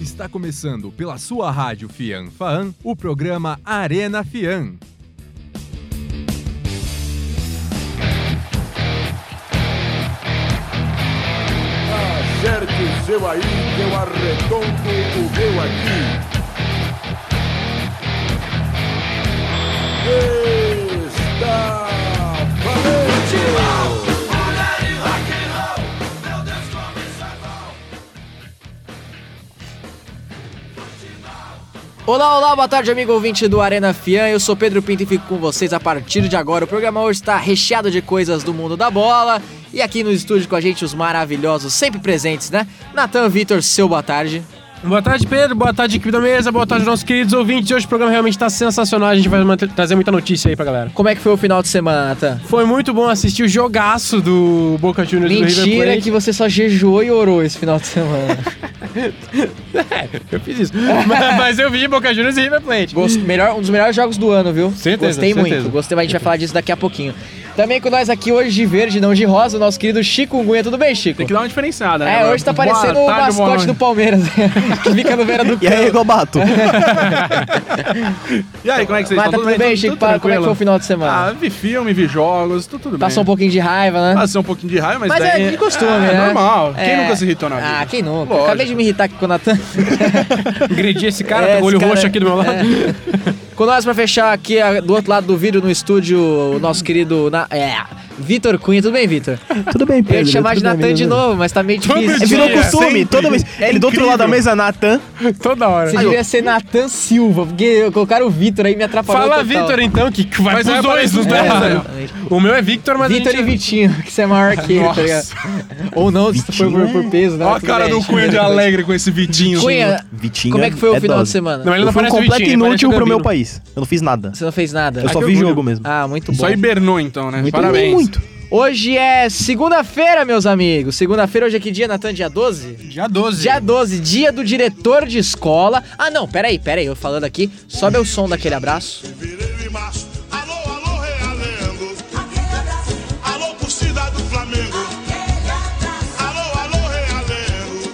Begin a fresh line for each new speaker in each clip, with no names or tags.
Está começando pela sua rádio Fian Faan o programa Arena Fian.
Acerte o seu aí, que eu arredondo o meu aqui. Está valente!
Olá, olá, boa tarde, amigo ouvinte do Arena Fian. Eu sou Pedro Pinto e fico com vocês a partir de agora. O programa hoje está recheado de coisas do mundo da bola. E aqui no estúdio com a gente os maravilhosos, sempre presentes, né? Natan, Vitor, seu boa tarde.
Boa tarde, Pedro. Boa tarde, equipe da mesa. Boa tarde, nossos queridos ouvintes. Hoje o programa realmente tá sensacional. A gente vai manter- trazer muita notícia aí pra galera.
Como é que foi o final de semana, Natan?
Foi muito bom assistir o jogaço do Boca Juniors do River
Mentira
Plate.
que você só jejuou e orou esse final de semana.
Eu fiz isso. mas, mas eu vi Boca Juniors e River Plate.
Gosto- melhor, um dos melhores jogos do ano, viu?
Certeza,
Gostei
certeza.
muito. Gostei, mas a gente vai falar disso daqui a pouquinho. Também com nós aqui hoje de verde, não de rosa, o nosso querido Chico Gunha. Tudo bem, Chico?
Tem que dar uma diferenciada, né?
É, hoje tá
Boa
parecendo o
tarde, boa
mascote do
noite.
Palmeiras, que fica no beira do campo.
E aí, Gobato?
E aí, como é que vocês
Mas tá
estão?
tudo bem, Chico? Pa- Como é que foi o final de semana?
Ah, vi filme, vi jogos, tudo, tudo
Passou um
bem.
pouquinho de raiva, né?
Passei um pouquinho de raiva, mas,
Mas
daí...
é de costume,
Ah,
né?
É normal. Quem
É.
nunca se irritou na vida?
Ah, quem nunca?
Lógico.
Acabei de me irritar aqui com o Natan.
Ingredi esse cara,
É,
pegou
esse
olho
cara- É.
roxo aqui do meu lado.
com nós pra fechar aqui a- do outro lado do vidro, no estúdio, o nosso querido na, é, Vitor Cunha. Tudo bem, Vitor?
Tudo bem,
Eu
Pedro?
ia te chamar de
Tudo bem,
Natan de
menino?
novo, mas tá meio
É,
difícil. É
virou
Dia,
costume, toda vez. ele do outro lado da mesa, Natan.
Toda hora.
Você devia ser Natan Silva, porque colocaram o Vitor aí e me atrapalhou
Fala
total.
Victor então, que que vai
Mas
pros
vai
dois.
aparecer-
Os dois.
É,
É. O meu é Victor, mas
Vitor
a
e
gente...
Vitinho, que você é maior que ele, tá ligado? Ou não, se foi por, por peso, né?
Olha a
Tudo
cara
bem,
do
gente,
Cunha de
depois.
alegre com esse Vitinho.
Cunha,
Vitinho.
como é que foi o final
dose.
de semana?
Não, ele
Eu
não
fui um
parece o
completo
Vitinho, ele parece
inútil
o
pro meu
Gambino.
país. Eu não fiz nada.
Você não fez nada?
Eu só
que
vi
orgulho.
jogo mesmo.
Ah, muito bom.
Só hibernou, então, né?
Muito,
Parabéns.
Muito.
Hoje é segunda-feira, meus amigos. Segunda-feira, hoje é que dia, Natan? Dia 12?
Dia 12.
Dia 12, dia do diretor de escola. Ah, não, peraí, peraí, eu falando aqui. Sobe o som daquele abraço.
Virei macho. Alô, alô, realengo. Alô, torcida do Flamengo. Alô, alô, realengo.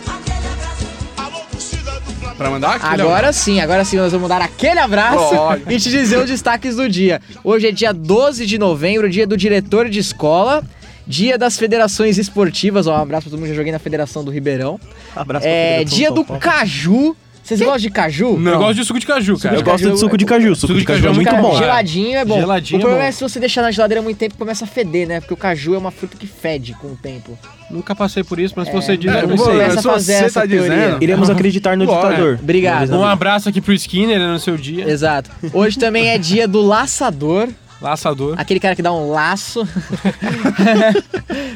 Alô, torcida do Flamengo.
Pra mandar aqui,
Agora sim, agora sim, nós vamos dar aquele abraço
Lógico.
e te dizer os destaques do dia. Hoje é dia 12 de novembro, dia do diretor de escola. Dia das federações esportivas, ó, um abraço pra todo mundo, já joguei na Federação do Ribeirão.
Um Abraço pra
É,
Federação
dia
de São
do
Paulo.
caju. Vocês gostam de caju?
Não.
Eu gosto de suco de caju, cara.
Eu gosto de suco de caju. Suco de caju é muito
Cara,
bom.
Geladinho é bom.
Geladinho
o
é
problema é,
bom.
se você deixar na geladeira muito tempo, começa a feder, né? Porque o caju é uma fruta que fede com o tempo.
Nunca passei por isso, mas se você diz,
É,
eu
vou-
pensei.
começa a
só
fazer
você
essa
tá
teoria.
dizendo.
Iremos acreditar no
Bora.
ditador.
Obrigado.
Um abraço aqui pro Skinner né, no seu dia.
Exato. Hoje também é dia do laçador,
Laçador.
aquele cara que dá um laço.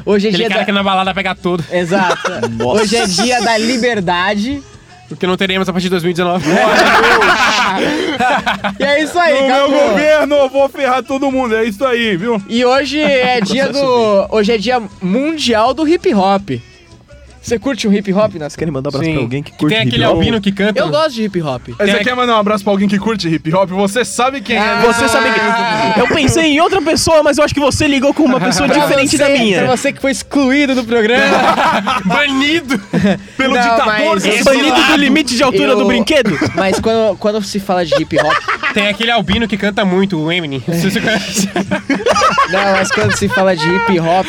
Hoje é
Aquele
dia
cara
da...
que na balada pega todo.
Exato.
Nossa.
Hoje é dia da liberdade.
Porque não teremos a partir de 2019.
E é isso aí,
No meu
acabou.
governo, eu vou ferrar todo mundo. É isso aí, viu?
E hoje é dia do... Hoje é dia mundial do hip hop. Você curte um hip hop, Nas?
Vocês querem mandar um abraço
Sim.
pra alguém que
Que
curte
tem
hip
aquele
hop?
albino que canta.
Eu gosto de hip hop.
Você
aqui-
quer mandar um abraço pra alguém que curte hip hop? Você sabe quem é, né?
Você sabe que. Eu pensei em outra pessoa, mas eu acho que você ligou com uma pessoa
Pra
diferente da
você- Pra
minha.
você que foi excluído do programa.
Banido!
Pelo
Não,
ditador,
mas-
seu
Esse
Banido do limite de altura
Eu-
do brinquedo?
Mas quando, quando se fala de hip hop.
Tem aquele albino que canta muito, o Eminem. Não sei se Você conhece.
Não, mas quando se fala de hip hop,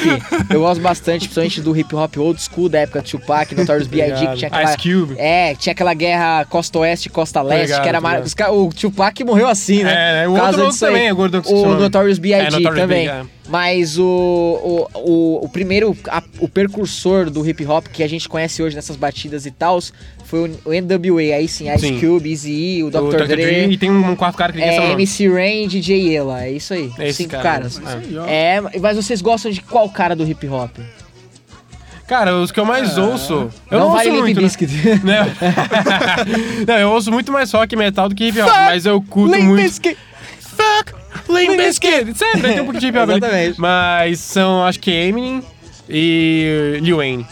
eu gosto bastante, principalmente do hip hop old school da época Tupac, Notorious B.I.G. que tinha aquela.
Ice Cube.
É, tinha aquela guerra costa oeste, costa leste,
ligado,
que era
tô
mar...
ligado.
os ca- O Tupac morreu assim, né?
É, né? O
Por causa
outro
disso
também,
aí.
o gordo que se
O
chama.
Notorious B.I.G.
É, Notorious
também.
B.I.G., é.
Mas o, o, o, o primeiro, a- o precursor do hip hop que a gente conhece hoje nessas batidas e tals, foi o, o NWA, aí sim, Ice
Sim.
Cube, Eazy-E, o Dr.
O Dr. Dre. E tem um, um quarto cara que ninguém
É,
sabe o nome.
MC Rain, DJ Ela, é isso aí.
É esse
Cinco
cara.
caras.
É.
É, mas vocês gostam de qual cara do hip hop?
Cara, os que eu mais ouço. Eu não,
não vale Limp
ouço muito. né?
Bizkit.
Não. não, eu ouço muito mais rock e metal do que hip hop, mas eu curto
Limp
muito.
Bizkit.
Fuck! Limp Bizkit! Sério, tem um pouco de hip hop ali.
Exatamente.
Mas são, acho que Eminem e Lil Wayne.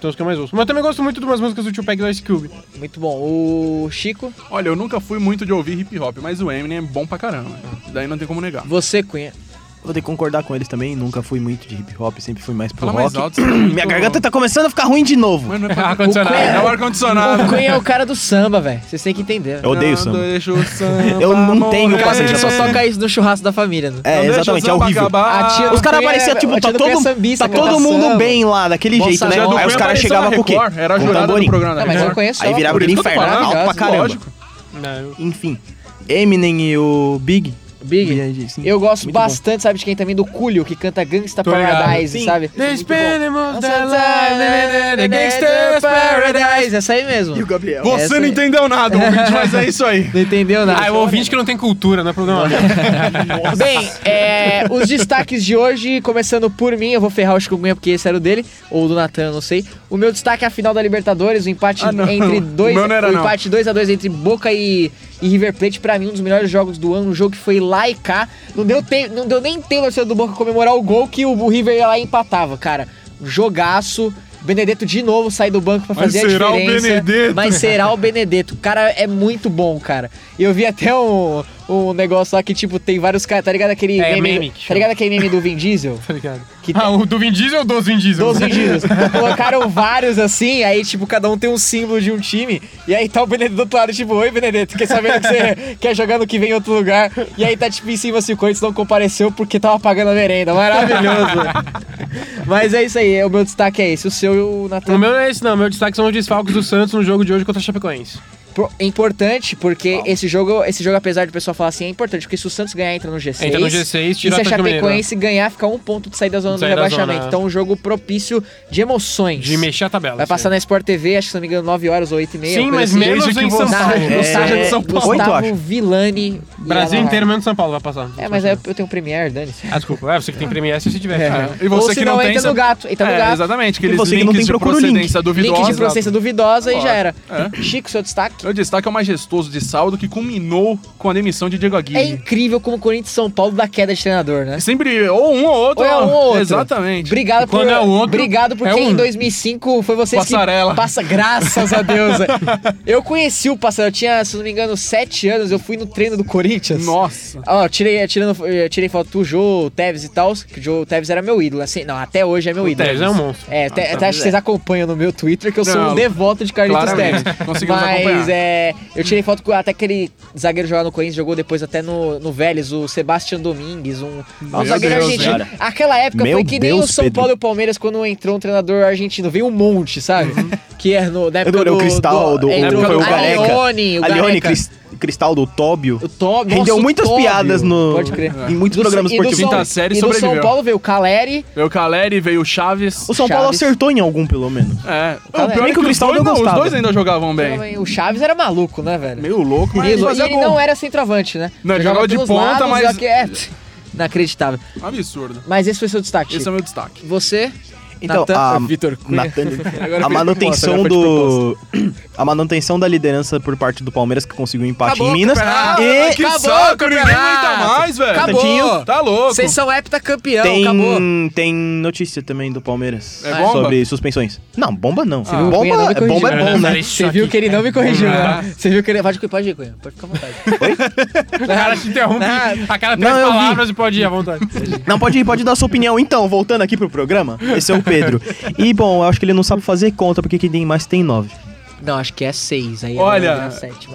São os que eu mais ouço. Mas eu também gosto muito de umas músicas do Tupac e do Ice Cube.
Muito bom. O Chico,
Olha, eu nunca fui muito de ouvir hip hop, mas o Eminem é bom pra caramba. Daí não tem como negar.
você conhece.
Vou ter que concordar com eles também, nunca fui muito de hip hop, sempre fui mais pro
Fala mais alto.
rock. Minha garganta tá começando a ficar ruim de novo.
Mas não é pra-
Ar-condicionado.
É o ar-condicionado.
O Queen é o cara do samba, velho. Vocês têm que entender.
Eu odeio samba.
Deixa o samba.
Eu não tenho
morrer.
paciência
Só toca isso no churrasco da família, né?
É,
Não deixa
exatamente,
o
é
samba
horrível.
acabar.
A tia-
Os caras pareciam,
Quer-
tipo,
a tia
tá
do Quer
todo,
sambista,
tá
quer
todo
dançar,
mundo
mano.
bem lá, daquele
Bom
jeito, né?
samba.
Tia do
Aí os
Cunha
caras
apareceu
chegavam
na
com o quê?
Record, Era
Com um
jurada do
tamborim.
programa da
Não, mas eu
Record.
conheço
Aí
só
virava
por
aquele
isso
É,
que eu tô
inferno
falando,
alto pra
lógico.
caramba. Enfim, Eminem e o Big.
Big.
Big, sim.
Eu gosto
Muito bom.
bastante, sabe de quem também? Do Coolio, que canta Gangsta
Tô ligado.
Paradise,
Sim.
sabe?
They
Muito
spend
bom.
most their life in gangster's paradise.
Essa aí mesmo.
E o Gabriel.
Você
Essa
não
aí.
entendeu nada, ouvinte, mas é isso aí.
Não entendeu nada.
Ah, é o ouvinte que não tem cultura, não é problema.
Bem, é, os destaques de hoje, começando por mim, eu vou ferrar o Chikungunya porque esse era o dele, ou do Natan, eu não sei. O meu destaque é a final da Libertadores, o empate
Ah, não.
entre dois,
O meu não era,
o
não.
empate 2 a 2 entre Boca e, e River Plate, pra mim um dos melhores jogos do ano, um jogo que foi lá e cá. Não deu tempo, não deu nem tempo torcedor do Boca comemorar o gol que o, o River ia lá e empatava, cara. Jogaço. Benedetto de novo sai do banco pra
Mas
fazer
será
a
o
diferença.
Benedetto?
Mas será o Benedetto. O cara é muito bom, cara. E eu vi até um, um negócio lá que, tipo, tem vários caras, tá ligado? Aquele
É,
meme.
meme que
tá
chama.
ligado aquele meme do Vin Diesel?
Tá ligado?
Que tem
Ah, o do Vin Diesel ou dos Vin Diesel?
Dos Vin Diesels. Colocaram vários assim, aí, tipo, cada um tem um símbolo de um time. E aí tá o Benedetto do outro lado, tipo, oi, Benedetto, quer saber que você quer jogar no que vem em outro lugar? E aí tá, tipo, em cima, assim, o Corinthians não compareceu porque tava pagando a merenda. Maravilhoso. Mas é isso aí, é, o meu destaque é esse. O seu e o Natan.
O meu não é esse, não. Meu destaque são os desfalques do Santos no jogo de hoje contra a Chapecoense.
Pro- É importante, porque esse jogo, esse jogo, apesar do pessoal falar assim, é importante, porque se o Santos ganhar, entra no G6.
Entra no G6, tira
E
o
se a
Atlético
Chapecoense ganhar, fica um ponto de sair da zona
Sair
do
da
rebaixamento.
zona.
Então, um jogo propício de emoções.
De mexer a tabela.
Vai passar na Sport TV, acho que se não me engano, 9 horas ou 8 e meia.
Sim,
coisa
mas
assim.
menos
Desde que
em São
você-
Paulo.
Na-
É,
Gustavo,
de São Paulo. Oito,
Gustavo
acho.
Villani. e
Brasil
ela-
inteiro, menos São Paulo vai passar.
né? É, mas aí eu tenho Premier, dane-se.
Ah, desculpa. É, você que tem Premier se você tiver. cara.
E
Ou
você
se
que não, tem.
entra
você-
no gato. Entra no
É,
gato.
Exatamente, aqueles
E você que
links
não tem,
de
procura o link.
procedência duvidosa.
Link de procedência duvidosa e já era.
É.
Chico, seu destaque.
Meu destaque é o majestoso de sábado que culminou com a demissão de Diego
É
Aguirre.
incrível como o Corinthians e São Paulo dá queda de treinador, né?
Sempre ou um ou outro.
Ou é um ou outro.
Exatamente.
Obrigado por,
Quando é o outro,
obrigado porque
é um.
em 2005 foi vocês
Passarela.
que passa graças a Deus. eu conheci o Passarela, eu tinha, se não me engano, 7 anos, eu fui no treino do Corinthians.
Nossa.
Ó, tirei, tirando, eh, tirei foto do Jô, Tevez e tal, que o Jô Tevez era meu ídolo, assim, não, até hoje é meu ídolo.
Tevez é um monstro.
É, até, até acho que vocês acompanham no meu Twitter que eu sou
Não,
um devoto de Carlitos
claramente,
Tevez.
conseguimos
Mas
acompanhar.
é, eu tirei foto com até aquele zagueiro jogando no Corinthians, jogou depois até no, no Vélez, o Sebastião Domingues, um, um zagueiro
Deus,
argentino.
cara.
Aquela época
Meu
foi que nem o
Deus,
São
Pedro.
Paulo e o Palmeiras quando entrou um treinador argentino, veio um monte, sabe? Que é no, na época
adorei
do,
o Cristal, do-
é,
o-
entrou
foi o Gareca.
Alione, o
A Leone
Gareca.
Cris- Cristal do Tóbio.
O Tobi,
Rendeu
nossa, o
muitas
Tóbio.
piadas no-
Pode crer.
em muitos
Do-
programas
e do
esportivos.
São-
Quinta série
E do São
sobreviveu.
Paulo veio o Caleri,
Veio o Caleri, veio o Chaves.
O São Paulo
Chaves.
acertou em algum, pelo menos.
É.
Caleri.
Bem que o
os
Cristal
dois-
não
não, os
gostava.
dois ainda jogavam bem.
o Chaves era maluco, né, velho?
Meio louco,
E
mas
ele,
fazia
e ele
gol.
não era centroavante, né?
Não, ele jogava de
pelos
ponta, mas-
só que É, tch, inacreditável.
Absurdo.
Mas esse foi seu destaque.
Esse é
Chico.
o meu destaque.
Você.
Então,
Natan-
a,
Vitor Cunha.
Natan-
Agora
a
foi de
manutenção
propósito, agora
do. A manutenção da liderança por parte do Palmeiras, que conseguiu um empate
Acabou
em
o
Minas.
campeonato.
E
Ah, Que
Ah, Acabou o
saco, ninguém
campeonato.
aguenta mais, velho.
Acabou.
Tantinho,
Tá louco.
Vocês são heptacampeão, acabou.
tem, tem notícia também do Palmeiras
É bomba?
sobre suspensões. Não, bomba não.
Ah, viu o Cunha? Não
bomba,
me corrigiu,
bomba é
né?
bom, né?
Isso
Você viu
aqui,
que ele não me corrigiu,
Ah.
né? Você viu que ele. Pode, pode ir, Cunha. Pode ficar à vontade.
O cara te interrompe
É. Não.
a cada três
Não, eu vi.
palavras e pode ir à vontade.
Não, pode ir, pode dar sua opinião. Então, voltando aqui pro programa, esse é o Pedro. E, bom, eu acho que ele não sabe fazer conta, porque quem tem mais tem nove.
Não, acho que é seis. Aí né? É
Olha,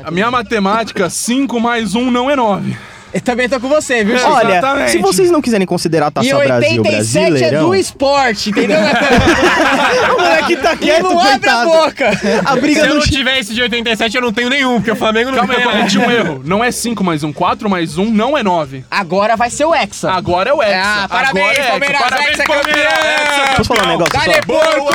a minha
mãe.
matemática, 5 mais 1 não é 9.
Eu também tô com você, viu, Chico?
Olha,
Exatamente.
se vocês não quiserem considerar a Taça
E
Brasil
87 é
brasileirão...
do esporte, entendeu?
O moleque tá
e
quieto,
não abre a
coitado.
boca.
A
Se
briga
eu
não
não
chega.
tiver esse de 87, eu não tenho nenhum, porque o Flamengo não
Calma aí, eu
ganha, né?
cometi um erro. Não é 5 mais 1, 4 mais 1 não é 9.
Agora vai ser o Hexa.
Agora é o Hexa.
Ah, parabéns,
Agora é Hexa.
Palmeiras,
Parabéns,
Hexa campeão.
Hexa.
Posso falar um negócio só?
Dale porco!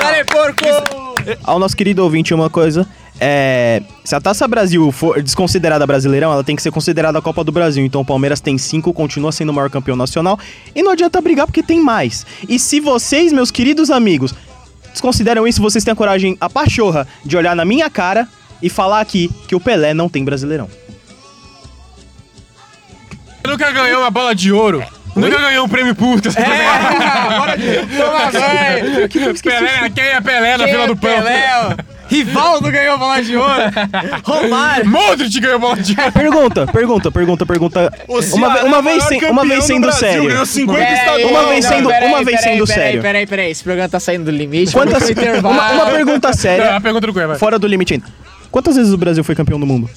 Dale porco!
Ao nosso querido ouvinte, uma coisa... É, se a Taça Brasil for desconsiderada brasileirão, ela tem que ser considerada a Copa do Brasil. Então o Palmeiras tem cinco, continua sendo o maior campeão nacional. E não adianta brigar porque tem mais. E se vocês, meus queridos amigos, desconsideram isso, vocês têm a coragem, a pachorra, de olhar na minha cara e falar aqui que o Pelé não tem brasileirão.
Nunca ganhou uma bola de ouro. Nunca ganhou um prêmio puta.
É.
Toma banho!
Pelé, quem é Pelé na
Quem
fila
é
do pão?
Pelé, ó? Rivaldo ganhou a bola de ouro. Romário.
Modric ganhou a bola de ouro.
Pergunta, pergunta, pergunta, pergunta. Uma, ve- uma vez, sem- uma
Tá
vez sendo sério.
Ganhou 50
Peraí,
estaduais.
Uma vez
não,
sendo-
peraí,
uma vez
peraí,
sendo
peraí,
sério.
Peraí, peraí, esse programa tá saindo do limite.
Quantas,
vamos pro intervalo.
uma, uma pergunta séria,
É a pergunta do Cunha, vai.
fora do limite ainda. Quantas vezes o Brasil foi campeão do mundo?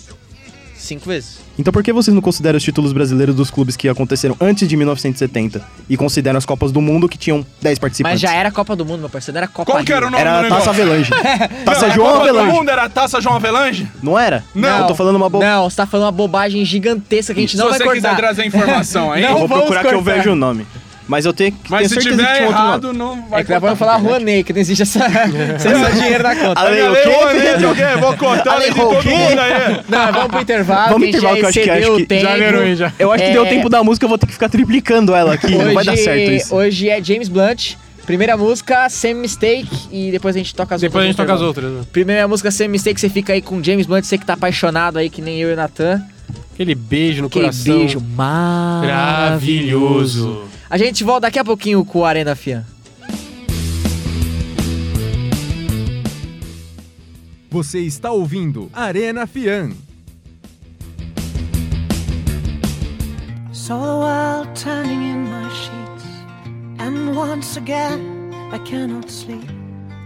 Cinco vezes.
Então por que vocês não consideram os títulos brasileiros dos clubes que aconteceram antes de 1970 e consideram as Copas do Mundo que tinham 10 participantes?
Mas já é né, era Copa do Mundo, meu parceiro. Não era Copa
Qual que era o
Rio.
nome
Era
do
a Taça
negócio?
Avelange. Taça
Era a
João
é Copa do
Avelange.
Mundo era a Taça João Avelange?
Não era?
Não.
Eu tô falando uma boa.
Não, você tá falando uma bobagem gigantesca que a gente não
Se
vai
você
cortar.
quiser trazer informação aí.
Não
Eu vou
vamos
procurar que eu
cortar.
vejo o nome. Mas eu tenho,
Mas
tenho
se
certeza que
tiver
tinha outro nome.
errado, não
É
vai
que nós vamos falar Rouanet, que não existe essa, esse dinheiro na conta.
Ale, o quê?
Olha, alguém, vou cortar
Ale,
ele de todo
o quê?
mundo aí.
Não, vamos pro intervalo.
Vamos pro
a gente
intervalo,
já
que eu acho que-
excedeu
acho que
o tempo.
já era, hein, já.
Eu acho que
É,
deu tempo da música, eu vou ter que ficar triplicando ela aqui.
Hoje,
Não vai dar certo isso.
Hoje é James Blunt. Primeira música, Same Mistake, e depois a gente toca as
Depois a
outras.
gente
no
toca as
intervalo.
outras. né?
Primeira música, Same Mistake, você fica aí com James Blunt, você que tá apaixonado aí, que nem eu e o Natan.
Aquele beijo no
Que
coração.
beijo maravilhoso.
Maravilhoso.
A gente volta daqui a pouquinho com o Arena Fian.
Você está ouvindo Arena Fian.
Saw the world turning in my sheets, and once again I cannot sleep.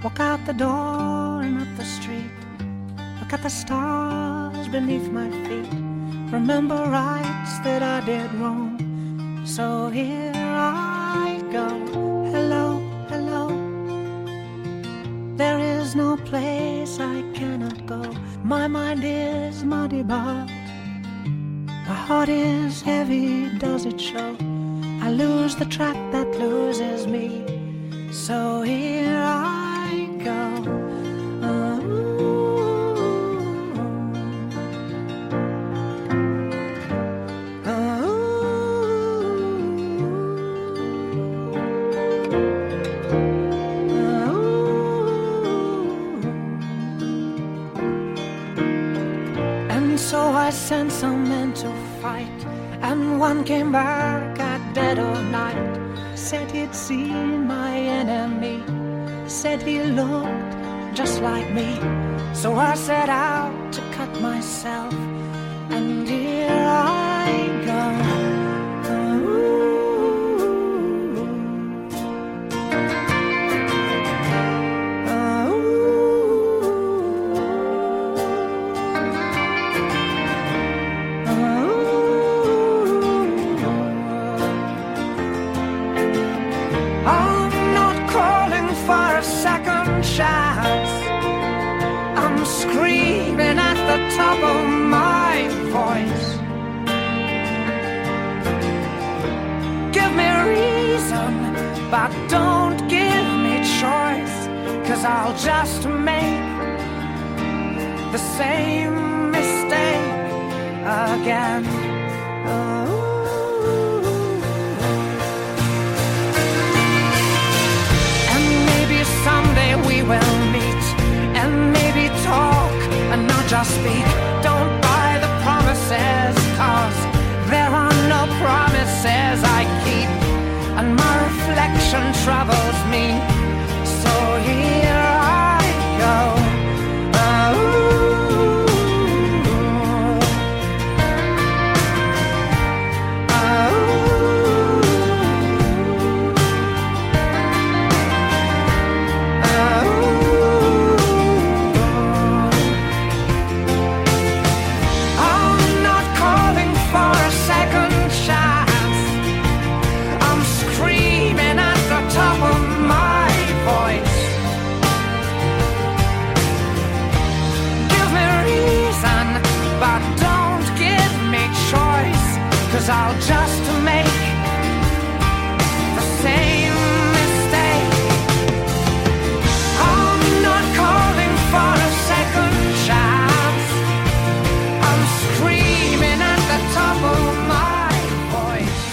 Walk out the door and up the street, look at the stars beneath my feet. Remember rights that I did wrong, so here I go. Hello, hello. There is no place I cannot go. My mind is muddy, but my heart is heavy, does it show? I lose the track that loses me. So here I go. Uh-huh. Ooh. Uh-huh. Ooh. Ooh. And so I sent some men to fight. And one came back at dead of night. Said he'd seen my enemy. Said he looked just like me. So I set out to cut myself. And here I go. Ooh. Ooh. I'm not calling for a second chance. I'm screaming at the top of my voice. Give me reason, but don't give me choice. Cause I'll just make the same mistake again. Oh. Ooh. And maybe someday we will meet, and maybe talk and not just speak. Don't buy the promises, cause there are no promises I keep, and my reflection troubles me. So here I go. Ooh. I'm not calling for a second chance. I'm screaming at the top of my voice. Give me reason, but don't give me choice. Cause I'll just make the same mistake. I'm not calling for a second chance. I'm screaming at the top of my voice.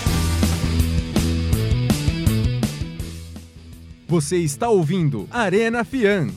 Você está ouvindo Arena Fian.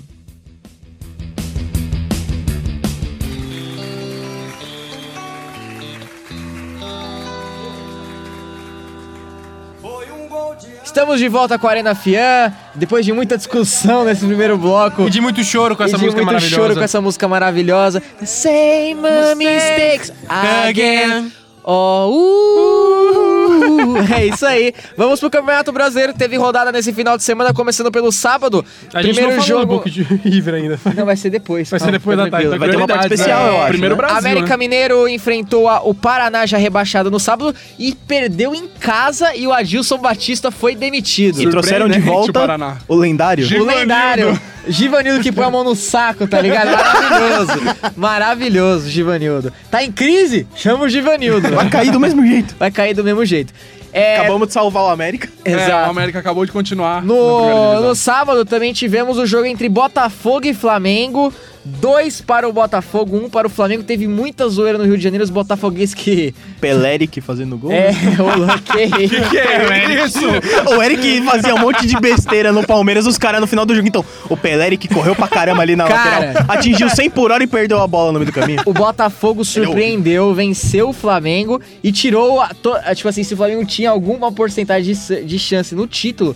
Estamos de volta com a Arena Fian, depois de muita discussão nesse primeiro bloco.
E de muito choro com
E
essa
de
música
muito
maravilhosa.
choro com essa música maravilhosa. Same mistakes again. Oh, uh, uh, uh. é isso aí. Vamos pro Campeonato Brasileiro. Teve rodada nesse final de semana, começando pelo sábado.
A gente
Primeiro
não falou do
jogo.
Book de River ainda.
Não, vai ser depois.
Vai ser
Calma,
depois
fica
da É, tarde.
tranquilo.
Vai ter uma parte especial, eu acho.
Primeiro
né?
Brasil,
América
né?
Mineiro enfrentou a- o Paraná já rebaixado no sábado e perdeu em casa e o Adilson Batista foi demitido.
E trouxeram de
Surpreendente o
volta
Paraná.
o lendário.
O
Givanildo.
lendário Givanildo que põe a mão no saco, tá ligado? Maravilhoso. Maravilhoso, Givanildo. Tá em crise? Chama o Givanildo.
Vai cair do mesmo jeito.
Vai cair do mesmo jeito. É,
Acabamos de salvar o América.
É, a
Exato.
América acabou de continuar. na primeira
No,
divisão.
no sábado também tivemos o jogo entre Botafogo e Flamengo. Dois para o Botafogo, um para o Flamengo. Teve muita zoeira no Rio de Janeiro. Os botafoguenses que.
Peleric fazendo gol. né?
É, rolou que.
Que
né?
é isso?
O Eric fazia um monte de besteira no Palmeiras, os caras no final do jogo. Então, o Peleric correu pra caramba ali na
Cara.
lateral. Atingiu 100 por hora e perdeu a bola no meio do caminho.
O Botafogo surpreendeu, venceu o Flamengo e tirou. a to- a- tipo assim, se o Flamengo tinha alguma porcentagem de, s- de chance no título,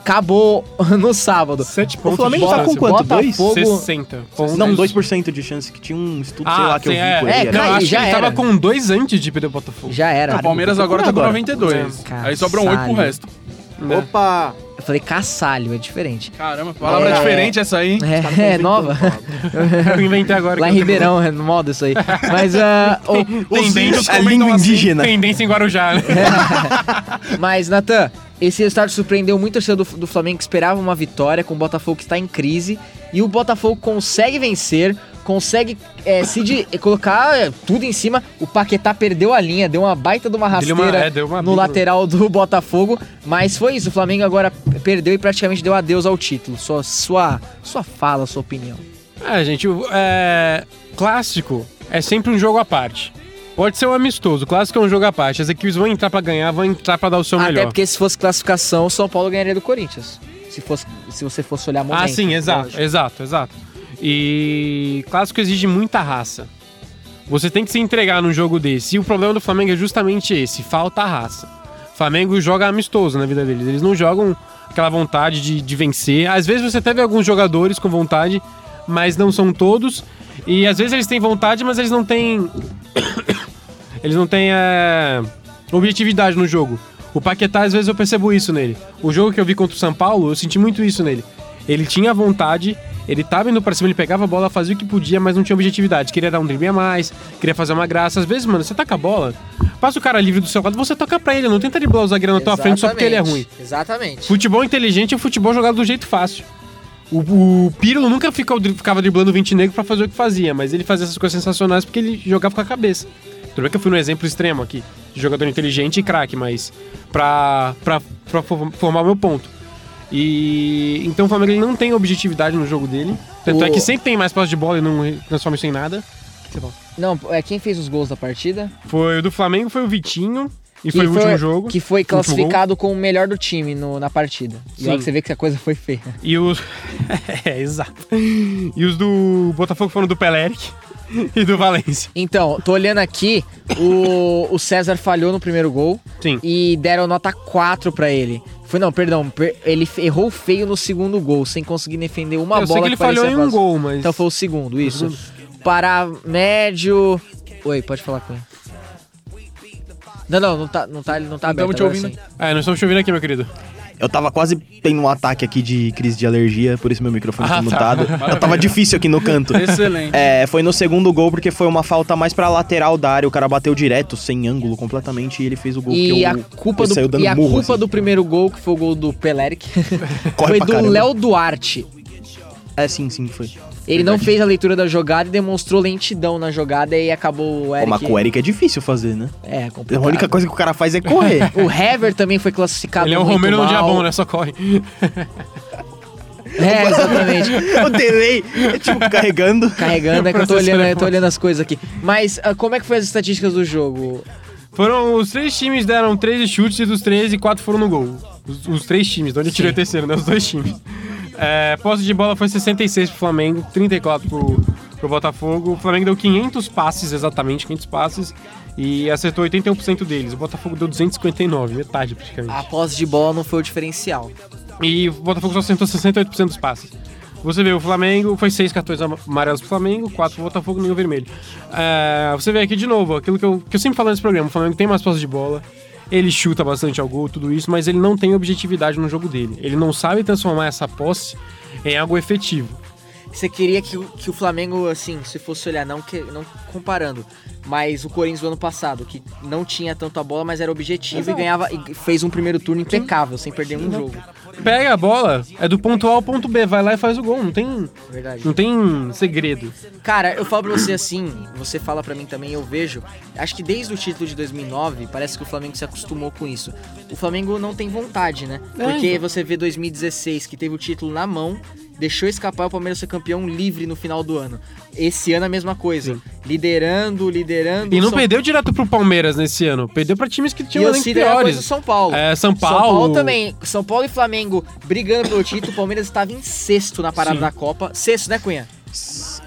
acabou no sábado.
Sete
O Flamengo
de
tá com
distância.
quanto? Dois?
Botafogo. Fogo-
60.
Não, 2% de chance que tinha um estudo,
Ah,
sei lá, que eu vi
é.
por
É,
aí.
cara,
Não, acho
já
que ele
era.
tava com dois antes de perder o Botafogo.
Já era.
O Palmeiras agora tá com
Agora.
92.
Caralho.
Aí sobram 8 pro resto.
É.
Opa!
Eu falei, caçalho, é diferente.
Caramba, palavra
É.
diferente essa aí.
É, é nova.
É.
Eu inventei agora.
Lá em
que eu tô-
Ribeirão, é moda isso aí. Mas ah, o-
Os
Tendência
índios, a
comentam
É língua indígena. É.
Tendência em Guarujá, né?
Mas, Natan, esse resultado surpreendeu muito o torcedor do, do Flamengo, que esperava uma vitória com o Botafogo que está em crise. E o Botafogo consegue vencer, consegue eh, se de- colocar eh, tudo em cima. O Paquetá perdeu a linha, deu uma baita de uma
Deu
rasteira
uma- é, deu uma
no
bica.
lateral do Botafogo. Mas foi isso, o Flamengo agora perdeu e praticamente deu adeus ao título. Sua, sua, sua fala, sua opinião.
Ah, gente, o- é, clássico é sempre um jogo à parte. Pode ser um amistoso, clássico é um jogo à parte. As equipes vão entrar pra ganhar, vão entrar pra dar o seu
Até
melhor.
porque se fosse classificação, o São Paulo ganharia do Corinthians. Se, fosse, se você fosse olhar é momento. né?
ah, sim, exato, exato, exato. E clássico exige muita raça. Você tem que se entregar num jogo desse. E o problema do Flamengo é justamente esse, falta raça. Flamengo joga amistoso na vida deles. Eles não jogam aquela vontade de, de vencer. Às vezes você até vê alguns jogadores com vontade, mas não são todos. E às vezes eles têm vontade, mas eles não têm Eles não têm é, objetividade no jogo. O Paquetá, às vezes, eu percebo isso nele. O jogo que eu vi contra o São Paulo, eu senti muito isso nele. Ele tinha vontade, ele tava indo pra cima, ele pegava a bola, fazia o que podia, mas não tinha objetividade. Queria dar um drible a mais, queria fazer uma graça. Às vezes, mano, você taca a bola, passa o cara livre do seu lado, você toca pra ele, não tenta driblar o zagueiro na tua frente só porque ele é ruim.
Exatamente.
Futebol inteligente é o futebol jogado do jeito fácil. O, o Pirlo nunca ficou, ficava driblando o 20 negro pra fazer o que fazia, mas ele fazia essas coisas sensacionais porque ele jogava com a cabeça. Tudo bem que eu fui no exemplo extremo aqui, de jogador inteligente e craque, mas pra, pra, pra for- formar o meu ponto. E então o Flamengo ele não tem objetividade no jogo dele. Tanto
O-
é que sempre tem mais posse de bola e não re- transforma isso em nada. O que você fala?
Não, é quem fez os gols da partida?
Foi o do Flamengo, foi o Vitinho, e foi
Que
o último jogo.
Que foi
último gol.
classificado como o melhor do time no- na partida. E
Sim.
olha que você vê que a coisa foi feia.
E os. é, exato. E os do Botafogo foram do Peleric e do Valência.
Então, tô olhando aqui, o, o César falhou no primeiro gol
Sim.
e deram nota 4 pra ele. Foi, não, perdão, per- ele f- errou feio no segundo gol, sem conseguir defender uma bola
eu sei que ele falhou
parecia
em um
fácil.
gol, mas.
Então foi o segundo, isso. Pará médio. Oi, pode falar com ele. Não, não, não tá, não tá, não tá aberto.
Estamos te
agora
ouvindo.
sim.
É, nós estamos chovendo aqui, meu querido.
Eu tava quase tendo um ataque aqui de crise de alergia, por isso meu microfone
Ah,
tá mutado. Eu tava difícil aqui no canto.
Excelente.
É, foi no segundo gol porque foi uma falta mais pra lateral da área. O cara bateu direto, sem ângulo completamente, e ele fez o gol que
E
eu,
a culpa,
ele
do,
saiu dando
e a
murro,
culpa
assim.
do primeiro gol, que foi o gol do Peleric,
Corre
foi
pra
do
caramba.
Léo Duarte.
É, sim, sim, foi.
Ele não fez a leitura da jogada e demonstrou lentidão na jogada e acabou o
Pô,
Eric.
mas com o Eric é difícil fazer, né?
É,
A
complicado.
única coisa que o cara faz é correr.
O Hever também foi classificado
Ele é o
Ah, tá muito
Romero
mal.
no dia bom, né? Só corre.
É, exatamente.
o delay, é, tipo, carregando.
Carregando, é que eu tô olhando, eu tô
Processando
olhando as coisas aqui. Mas ah, como é que foi as estatísticas do jogo?
Foram. Os três times deram 13 chutes e dos 13, quatro foram no gol. Os, os três times, de onde eu tirei o terceiro, né? Os dois times. É, posse de bola foi 66 pro Flamengo, 34 pro, pro Botafogo. O Flamengo deu 500 passes, exatamente 500 passes, e acertou 81% deles. O Botafogo deu 259, metade praticamente.
A posse de bola não foi o diferencial.
E o Botafogo só acertou 68% dos passes. Você vê, o Flamengo foi seis cartões amarelos pro Flamengo, quatro pro Botafogo, nenhum vermelho. É, você vê aqui de novo, aquilo que eu, que eu sempre falo nesse programa, o Flamengo tem mais posse de bola, ele chuta bastante ao gol, tudo isso, mas ele não tem objetividade no jogo dele. Ele não sabe transformar essa posse em algo efetivo.
Você queria que, o- que o Flamengo, assim, se fosse olhar, não, que, não comparando, mas o Corinthians do ano passado, que não tinha tanto a bola, mas era objetivo e ganhava e fez um primeiro turno impecável, sem perder um jogo.
Pega a bola, é do ponto A ao ponto B, vai lá e faz o gol, não tem,
é Verdade.
não tem segredo.
Cara, eu falo pra você assim, você fala pra mim também, eu vejo. Acho que desde o título de 2009, parece que o Flamengo se acostumou com isso. O Flamengo não tem vontade, né?
É
Porque você vê 2016, que teve o título na mão, deixou escapar o Palmeiras ser campeão livre no final do ano. Esse ano a mesma coisa. Liderando, liderando.
E não
São-
perdeu direto pro Palmeiras nesse ano, perdeu pra times que
E
tinham
eu
elenco
cito a coisa do
piores.
São Paulo.
É, São Paulo.
São Paulo também. São Paulo e Flamengo brigando pelo título. O Palmeiras estava em sexto na parada
Sim.
da Copa. Sexto, né, Cunha?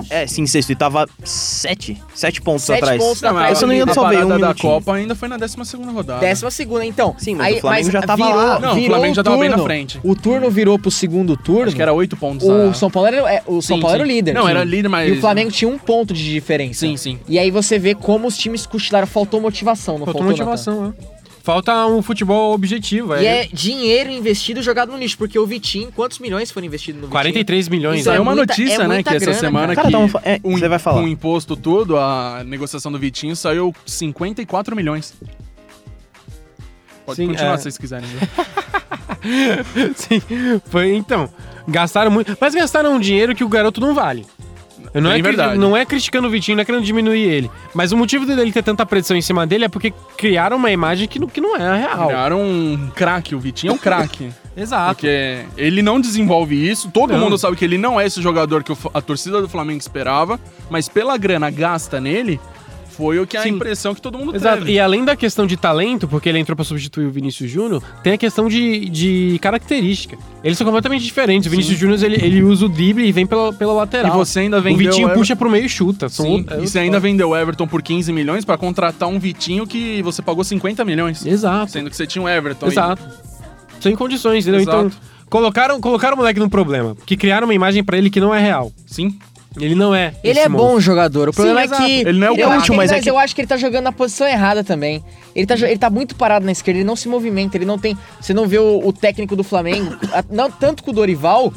É, sim, sexto. E tava sete. Sete pontos
Sete
atrás.
pontos
Não, mas
atrás.
eu não ia
a
salvei um
parada da
minutinho.
Copa ainda foi na 12 segunda rodada.
Décima segunda, então.
Sim, mas o Flamengo já tava
virou,
lá.
Não, o
virou
Flamengo já tava bem na
turno.
frente.
O turno virou pro segundo turno.
Acho que era oito pontos. né?
o
a-
São Paulo era, é, o São
Sim,
Paulo era o
sim.
líder.
Não, era líder, mas-
E o Flamengo tinha um ponto de diferença.
Sim, sim.
E aí você vê como os times cochilaram. Faltou motivação, não faltou,
Faltou motivação, né? Falta um futebol objetivo,
Natan?
é.
E é dinheiro investido jogado no lixo, porque o Vitinho, quantos milhões foram investidos no Vitinho?
43 milhões,
Isso
né?
Saiu uma
muita-
notícia,
é
né,
muita
que essa
grana,
semana
cara.
que
Cara, tá um- é,
o
você vai falar.
com o imposto todo, a negociação do Vitinho saiu 54 milhões. Pode
Sim,
continuar
é.
se vocês quiserem. viu?
Sim, foi então. Gastaram muito. Mas gastaram um dinheiro que o garoto não vale. Eu não,
Bem
é, cri-
verdade.
não é criticando o Vitinho, não é querendo diminuir ele. Mas o motivo dele ter tanta pressão em cima dele é porque criaram uma imagem que não, que não é a real.
Criaram um craque, o Vitinho é um craque.
Exato.
Porque ele não desenvolve isso, todo
Ah. Não.
mundo sabe que ele não é esse jogador que o F- a torcida do Flamengo esperava, mas pela grana gasta nele, foi o que a
Sim.
impressão que todo mundo
Exato.
teve.
E é além da questão de talento, porque ele entrou pra substituir o Vinícius Júnior, tem a questão de, de característica. Eles são completamente diferentes. O Vinícius Júnior ele, ele usa o drible e vem pela, pela
E
lateral.
você ainda
o
vendeu
Vitinho
Ever-
puxa pro meio e chuta. São
Sim,
outro- é
e você
outro-
ainda vendeu o Everton por 15 milhões pra contratar um Vitinho que você pagou 50 milhões.
Exato.
Sendo que você tinha o Everton. aí.
Exato. Sem condições, entendeu? Então,
Exato.
colocaram, colocaram o moleque num problema. Que criaram uma imagem pra ele que não é real.
Sim.
Ele não é.
Ele
esse
é bom
monstro.
jogador. O problema é
exato.
que.
Ele não é o
eu acho
craque,
que ele
mas
tá-
é que-
eu acho que ele tá jogando na posição errada também. Ele tá, jo- ele tá muito parado na esquerda, ele não se movimenta, ele não tem. Você não vê o, o técnico do Flamengo, a- não tanto com o Dorival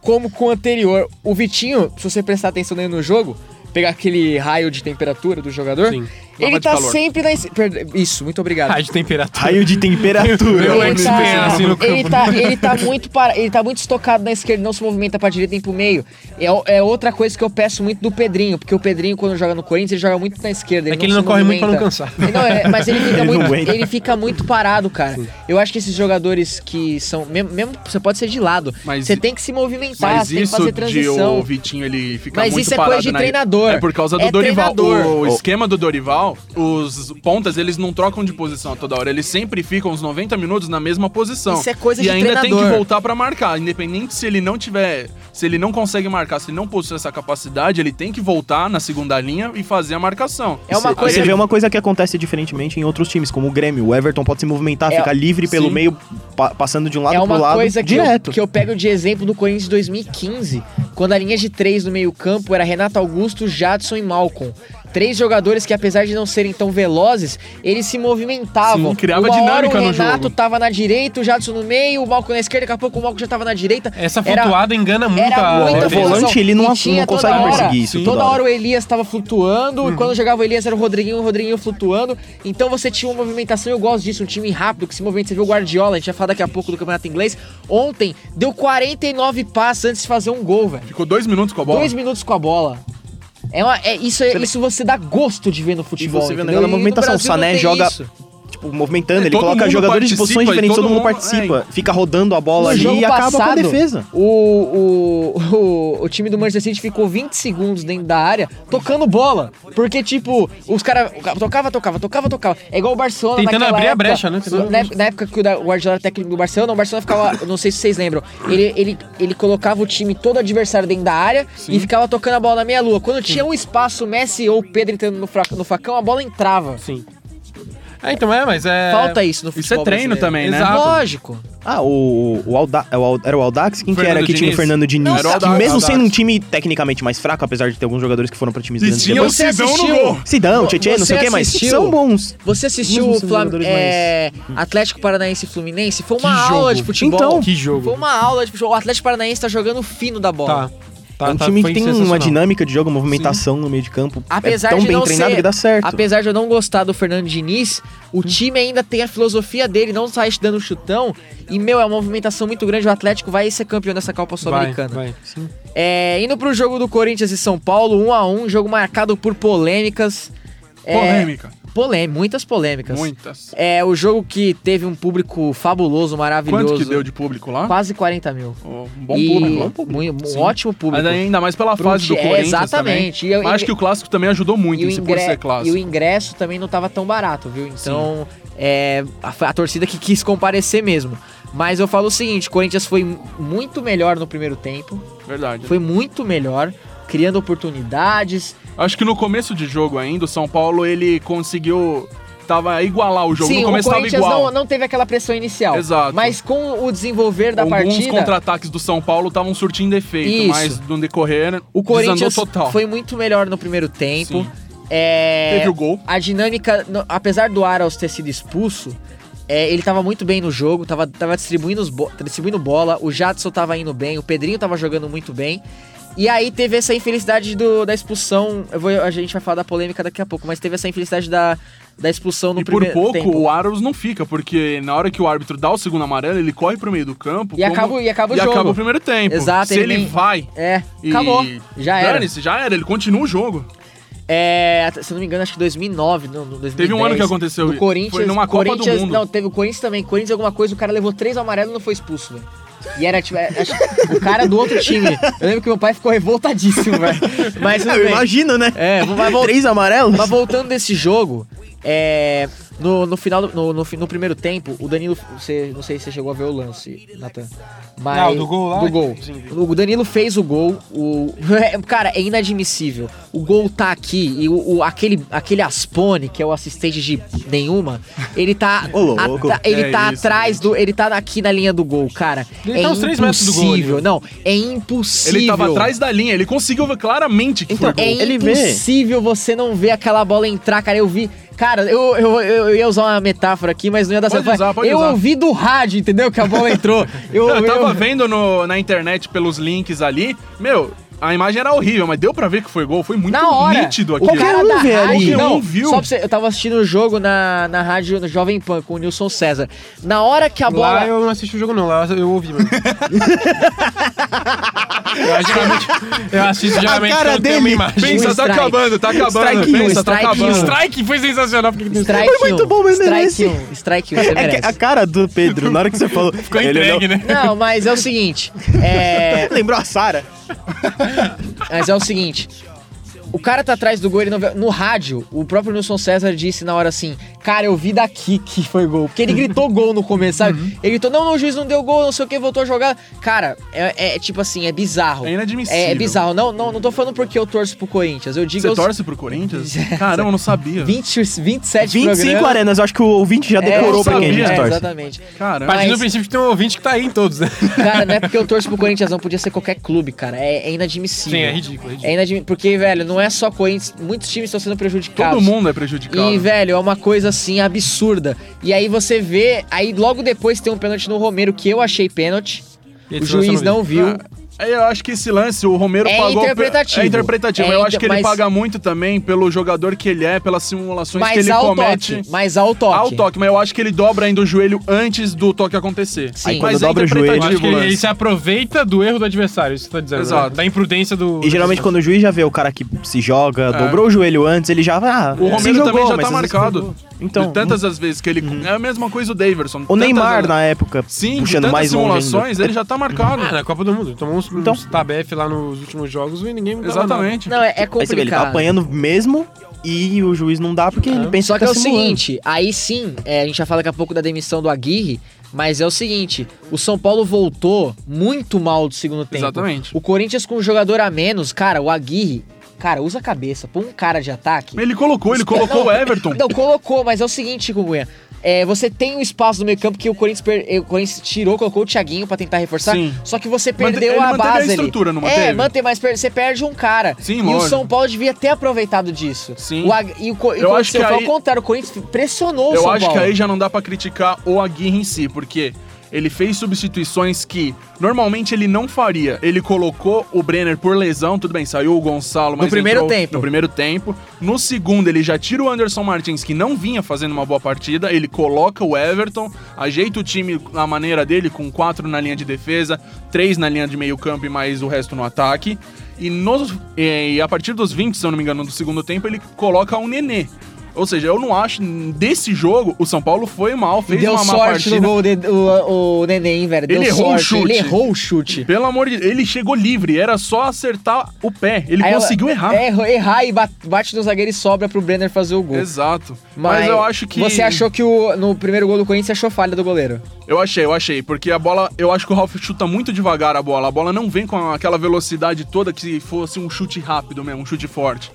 como com o anterior. O Vitinho, se você prestar atenção nele no jogo, pegar aquele raio de temperatura do jogador,
Sim.
ele
Mapa de
tá
calor.
sempre na. es- perde- Isso, muito obrigado.
Ah, de temperatura.
Raio de temperatura.
Eu
Ele
lembro
tá-
de pena, assim, no
ele
campo.
tá, ele tá muito para, ele tá muito estocado na esquerda, não se movimenta pra direita nem pro meio. É, o- é outra coisa que eu peço muito do Pedrinho, porque o Pedrinho quando joga no Corinthians, ele joga muito na esquerda, ele
É que ele
se
não corre muito pra não
movimenta.
cansar.
Ele Não, é, mas ele fica,
Ele não
muito,
aguenta.
ele fica muito parado, cara. Eu acho que esses jogadores que são mesmo, mesmo- você pode ser de lado,
Mas-
você tem que se movimentar,
Mas
você tem que
isso
fazer
de o
transição.
Vitinho ele ficar
Mas
muito
isso é
parado
coisa de
na-
treinador.
É por causa do
É
Dorival.
treinador.
O esquema do Dorival, os pontas, eles não trocam de posição toda hora. Eles sempre ficam uns 90 minutos na mesma posição.
Isso é coisa
e
de
ainda tem
treinador.
que voltar pra marcar. Independente se ele não tiver... Se ele não consegue marcar, se ele não possui essa capacidade, ele tem que voltar na segunda linha e fazer a marcação.
É uma
Aí
coisa-
Você
ele-
vê uma coisa que acontece diferentemente em outros times, como o Grêmio. O Everton pode se movimentar,
É,
ficar livre pelo
sim.
meio, pa- passando de um lado
é
pro
uma
lado
coisa que eu,
direto.
que eu pego de exemplo do Corinthians de 2015, quando a linha de três no meio-campo era Renato Augusto, Jadson e Malcolm. Três jogadores que, apesar de não serem tão velozes, eles se movimentavam.
Sim, criava
Uma
dinâmica
hora
no
o Renato
jogo.
tava na direita, o Jadson no meio, o Malcolm na esquerda, daqui a pouco o Malcolm já tava na direita.
Essa
Era-
flutuada engana muito
era
a
muita
O
defesa.
flutuação.
É volante, ele não-
E tinha
não
toda
consegue
hora-
perseguir isso
Toda
toda
hora
hora.
o Elias tava flutuando, e quando jogava o Elias era o Rodriguinho, o Rodriguinho flutuando. Então você tinha uma movimentação, eu gosto disso, um time rápido que se movimenta. Você viu o Guardiola, a gente vai falar daqui a pouco do Campeonato Inglês. Ontem deu 49 passos antes de fazer um gol, velho.
Ficou dois minutos com a bola.
Dois minutos com a bola. É uma- é- isso, é, isso você dá gosto de ver no futebol.
Tipo, você vê o
entendeu?
negócio da
E no
movimentação. O
Brasil não
Sané
tem
joga-
isso.
Tipo, movimentando,
É,
ele
todo
coloca
mundo
jogadores de
participa e
posições diferentes,
todo
todo mundo
mundo-
participa, fica rodando a bola ali e acaba com a defesa.
O, o, o, o time do Manchester City ficou 20 segundos dentro da área tocando bola. Porque, tipo, os caras tocava, tocava, tocava, tocava. É igual o Barcelona
Tentando
naquela
abrir a
época,
brecha, né? Tentando
Na, na época que o da- o Guardiola era técnico do Barcelona, o Barcelona ficava, não sei se vocês lembram, ele, ele, ele colocava o time todo adversário dentro da área e ficava tocando a bola na meia-lua. Quando tinha um espaço, o Messi ou o Pedro entrando no, fra- no facão, a bola entrava.
Sim. É, então é, mas é.
Falta isso no
Isso é
futebol
treino também, né?
Exato.
Exato.
Lógico.
Ah, o, o, Alda, é o Al- era o Aldax? Quem que
Fernando
era que tinha o
Diniz.
Fernando Diniz?
Era o
que
Aldax.
mesmo
Aldax.
sendo um time tecnicamente mais fraco, apesar de ter alguns jogadores que foram pra times grandes
tinha
depois.
o Sidão no gol.
Sidão, Tietchan, não
Você
sei o que, mas
assistiu?
são bons.
Você assistiu
Mesmo
o
sendo
Flam-
jogadores
é, Atlético Paranaense e Fluminense? Foi uma
Que
aula
jogo.
de futebol.
Então.
Que
Foi
jogo.
uma aula de futebol. O Atlético Paranaense tá jogando fino da bola.
Tá. tá
é um
tá,
time
foi
que tem uma
sensacional.
dinâmica de jogo, uma movimentação no meio de campo.
Apesar
é tão
de
bem
não
treinado
ser-
que dá certo.
Apesar de eu não gostar do Fernando Diniz, o time ainda tem a filosofia dele, não sai dando chutão. E, meu, é uma movimentação muito grande. O Atlético vai ser campeão dessa Copa
Vai,
Sul-Americana.
vai. Sim.
É, indo pro jogo do Corinthians e São Paulo, 1 a 1 jogo marcado por polêmicas. É,
Polêmica.
polê- muitas polêmicas.
Muitas.
É o jogo que teve um público fabuloso, maravilhoso.
Quanto que deu de público lá?
Quase 40 mil.
Oh, Um bom
E
público. ó.
muito- Um,
Sim.
ótimo público.
Mas ainda mais pela
Pro
fase do
ti- é,
Corinthians
exatamente. E eu-
também. Acho
e-
que o clássico também ajudou é muito,
e, o
em se por
ingre-
ser
e
clássico.
o ingresso também não tava tão barato, viu? Então, é, a, foi a torcida que quis comparecer mesmo. Mas eu falo o seguinte, o Corinthians foi mu- muito melhor no primeiro tempo.
Verdade.
Foi muito melhor, criando oportunidades.
Acho que no começo de jogo ainda, o São Paulo ele conseguiu. Tava igualar o jogo.
Sim,
no
o
começo tava
Corinthians
igual.
não, não teve aquela pressão inicial.
Exato.
Mas com o desenvolver da
Alguns
partida...
contra-ataques do São Paulo estavam surtindo efeito,
Isso.
mas no decorrer,
O Corinthians
desandou total.
foi muito melhor no primeiro tempo.
Sim.
É,
Teve o gol.
A dinâmica, no- apesar do Aras ter sido expulso, é, ele tava muito bem no jogo, tava, tava distribuindo, os bo- distribuindo bola, o Jadson tava indo bem, o Pedrinho tava jogando muito bem. E aí teve essa infelicidade do- da expulsão. eu vou- a gente vai falar da polêmica daqui a pouco, mas teve essa infelicidade da, da expulsão no
E por
primeiro
pouco
tempo.
o Aros não fica, porque na hora que o árbitro dá o segundo amarelo, ele corre pro meio do campo.
E acaba- e acaba o
e
jogo.
acaba o primeiro tempo.
Exato,
Se
ele
ele
nem-
vai.
É,
e-
acabou. Já era.
Dane-se, já era. Ele continua o jogo.
É, se eu não me engano, acho que 2009, não, não, 2010.
Teve um ano que aconteceu
Do
isso.
Corinthians.
Foi numa Copa do
Corinthians,
Mundo.
Não, teve o Corinthians também. Corinthians é alguma coisa, o cara levou três amarelos e não foi expulso, velho. E era tipo, é, acho- o cara do outro time. Eu lembro que meu pai ficou revoltadíssimo, velho. Mas tudo
É, eu
bem.
imagino, né?
É, vai voltar.
Três amarelos?
Mas voltando desse jogo, é, no, no final, do- no, no, fi- no primeiro tempo, o Danilo, você, não sei se você chegou a ver o lance, Natan. Mas,
Ah, o do gol lá?
Do gol.
Sim, vi.
O Danilo fez o gol. O, é, cara, é inadmissível. O gol tá aqui e o, o- aquele, aquele Aspone, que é o assistente de nenhuma, ele tá.
Ô, louco.
ata- ele
É
tá
isso,
atrás do. Ele tá aqui na linha do gol, cara.
Ele
é
tá uns três metros do gol ali.
impossível. Não, é impossível.
Ele tava atrás da linha, ele conseguiu ver claramente que
Então,
foi
É
gol.
Ele vê.
impossível você não ver aquela bola entrar, cara. Eu vi. Cara, eu, eu, eu, eu ia usar uma metáfora aqui, mas não ia dar
Pode
certo.
usar, pode
eu
usar.
ouvi do rádio, entendeu? Que a bola entrou. Eu,
Eu tava
eu-
vendo no- na internet pelos links ali. Meu, a imagem era horrível, mas deu pra ver que foi gol. Foi muito
na hora.
nítido
o
aquilo.
cara
um
da
vê ali.
rádio,
Qualquer um
não,
viu.
Só pra você, eu tava assistindo o jogo na, na rádio no Jovem Pan com o Nilson César. Na hora que a bola.
Lá eu não assisti o jogo, não. Lá eu ouvi, mano. eu, geralmente, eu assisto geralmente.
cara
quando tem
dele.
uma imagem.
Pensa, tá
strike.
acabando, tá acabando.
Strike um,
Pensa, tá
strike
acabando.
um.
Strike foi sensacional. Porque tem
Strike
Foi muito
um,
bom, mas merece.
Strike 1, Strike 1, você
É que
merece.
a cara do Pedro, na hora que você falou.
Ficou entregue, né?
Não, mas é o seguinte. É.
Lembrou a Sara?
Mas é o seguinte. O cara tá atrás do gol, ele não vê. No rádio, o próprio Nilson César disse na hora assim: Cara, eu vi daqui que foi gol. Porque ele gritou gol no começo, sabe? Ele gritou: Não, não, o juiz não deu gol, não sei o que, voltou a jogar. Cara, é, é tipo assim, é bizarro.
É inadmissível.
É, bizarro. Não, não, não tô falando porque eu torço pro Corinthians. Eu digo.
Você
eu
torce pro Corinthians? Caramba, eu não sabia.
20, 27
25
programas.
arenas, eu acho que o ouvinte já decorou
é,
pra quem a
sabia,
gente
é,
torce.
Exatamente.
Caramba.
Partindo
Mas-
do princípio que tem um ouvinte que tá aí em todos, né?
Cara, não é porque eu torço pro Corinthians, não podia ser qualquer clube, cara. É, é inadmissível.
Sim, é ridículo, é ridículo.
É inadmissível. Porque, velho, não é só Corinthians. Muitos times estão sendo prejudicados.
Todo mundo é prejudicado.
E, velho, é uma coisa assim absurda. E aí você vê, aí logo depois tem um pênalti no Romero que eu achei pênalti. o
Esse
juiz
lance eu
não
não
viu.
É, Eu acho que esse lance, o Romero
É
pagou. pe-
interpretativo.
É interpretativo.
É
eu
inter-
acho que ele
mas-
paga muito também pelo jogador que ele é, pelas simulações que
mas
ele
ao
comete.
toque. Mas ao toque.
Ao toque, mas eu acho que ele dobra ainda o joelho antes do toque acontecer.
Sim. Aí quando
mas
dobra o joelho-
Eu acho que é
interpretativo
ele,
lance.
ele se aproveita do erro do adversário, isso que você tá dizendo. né?
Exato.
Da imprudência do.
E geralmente quando o juiz já vê o cara que se joga, dobrou o joelho antes, ele já vai. Ah,
É. O
se
Romero também já
jogou, mas
tá
às vezes-
marcado.
Então, Hum.
de tantas as vezes que ele. É a mesma coisa o Daverson.
o
tantas
Neymar
as-
na época,
Sim, de
puxando
tantas
mais um longe ainda.
simulações, ele já tá marcado.
Ah, na Copa do Mundo. Tomou uns,
Então.
uns tabef lá nos últimos jogos e ninguém mudava
Exatamente.
Não, é, é
Aí você vê, ele tá
complicado.
apanhando mesmo e o juiz não dá porque ele pensa
Só que é
tá
o
simulando.
seguinte, aí sim, é, a gente já fala daqui a pouco da demissão do Aguirre, mas é o seguinte, o São Paulo voltou muito mal do segundo tempo.
Exatamente.
O Corinthians com um jogador a menos, cara, o Aguirre, cara, usa a cabeça, põe um cara de ataque.
Ele colocou, ele
Espera-
colocou
não,
o Everton.
Não, colocou, mas é o seguinte, Cunha. É, você tem o espaço do meio campo que o Corinthians, per- eh, o Corinthians tirou, colocou o Thiaguinho pra tentar reforçar.
Sim.
Só que você
Mante-
perdeu
ele
a
manteve a
base
estrutura,
ali.
não
É,
manteve?
mantém, mas per- você perde um cara.
Sim,
e o
lógico.
São Paulo devia ter aproveitado disso.
Sim.
O Ag- E o, co- e
Eu
o
acho que
aconteceu, foi
aí-
ao contrário, o Corinthians pressionou o
Eu
São
acho que
Paulo.
aí já não dá pra criticar o Aguirre em si, porque ele fez substituições que normalmente ele não faria. Ele colocou o Brenner por lesão, tudo bem, saiu o Gonçalo, mas
primeiro
entrou
tempo.
No primeiro tempo. No segundo, ele já tira o Anderson Martins, que não vinha fazendo uma boa partida. Ele coloca o Everton, ajeita o time na maneira dele, com quatro na linha de defesa, três na linha de meio campo e mais o resto no ataque. E, nos- e a partir dos 20, se eu não me engano, do segundo tempo, ele coloca o Nenê. Ou seja, eu não acho desse jogo o São Paulo foi mal,
E
fez
deu
uma má
sorte
partida.
no gol de, o, o Neném, velho. Deu
Ele errou o
sorte,
chute.
Ele errou o chute.
Pelo amor de Deus, ele chegou livre, era só acertar o pé. Ele
Aí ela-
conseguiu errar.
é, errar e ba- bate no zagueiro e sobra pro Brenner fazer o gol.
Exato. Mas, eu acho que.
Você achou que o- no primeiro gol do Corinthians você achou falha do goleiro?
Eu achei, eu achei. Porque a bola. Eu acho que o Ralf chuta muito devagar a bola. A bola não vem com aquela velocidade toda que fosse um chute rápido mesmo, um chute forte.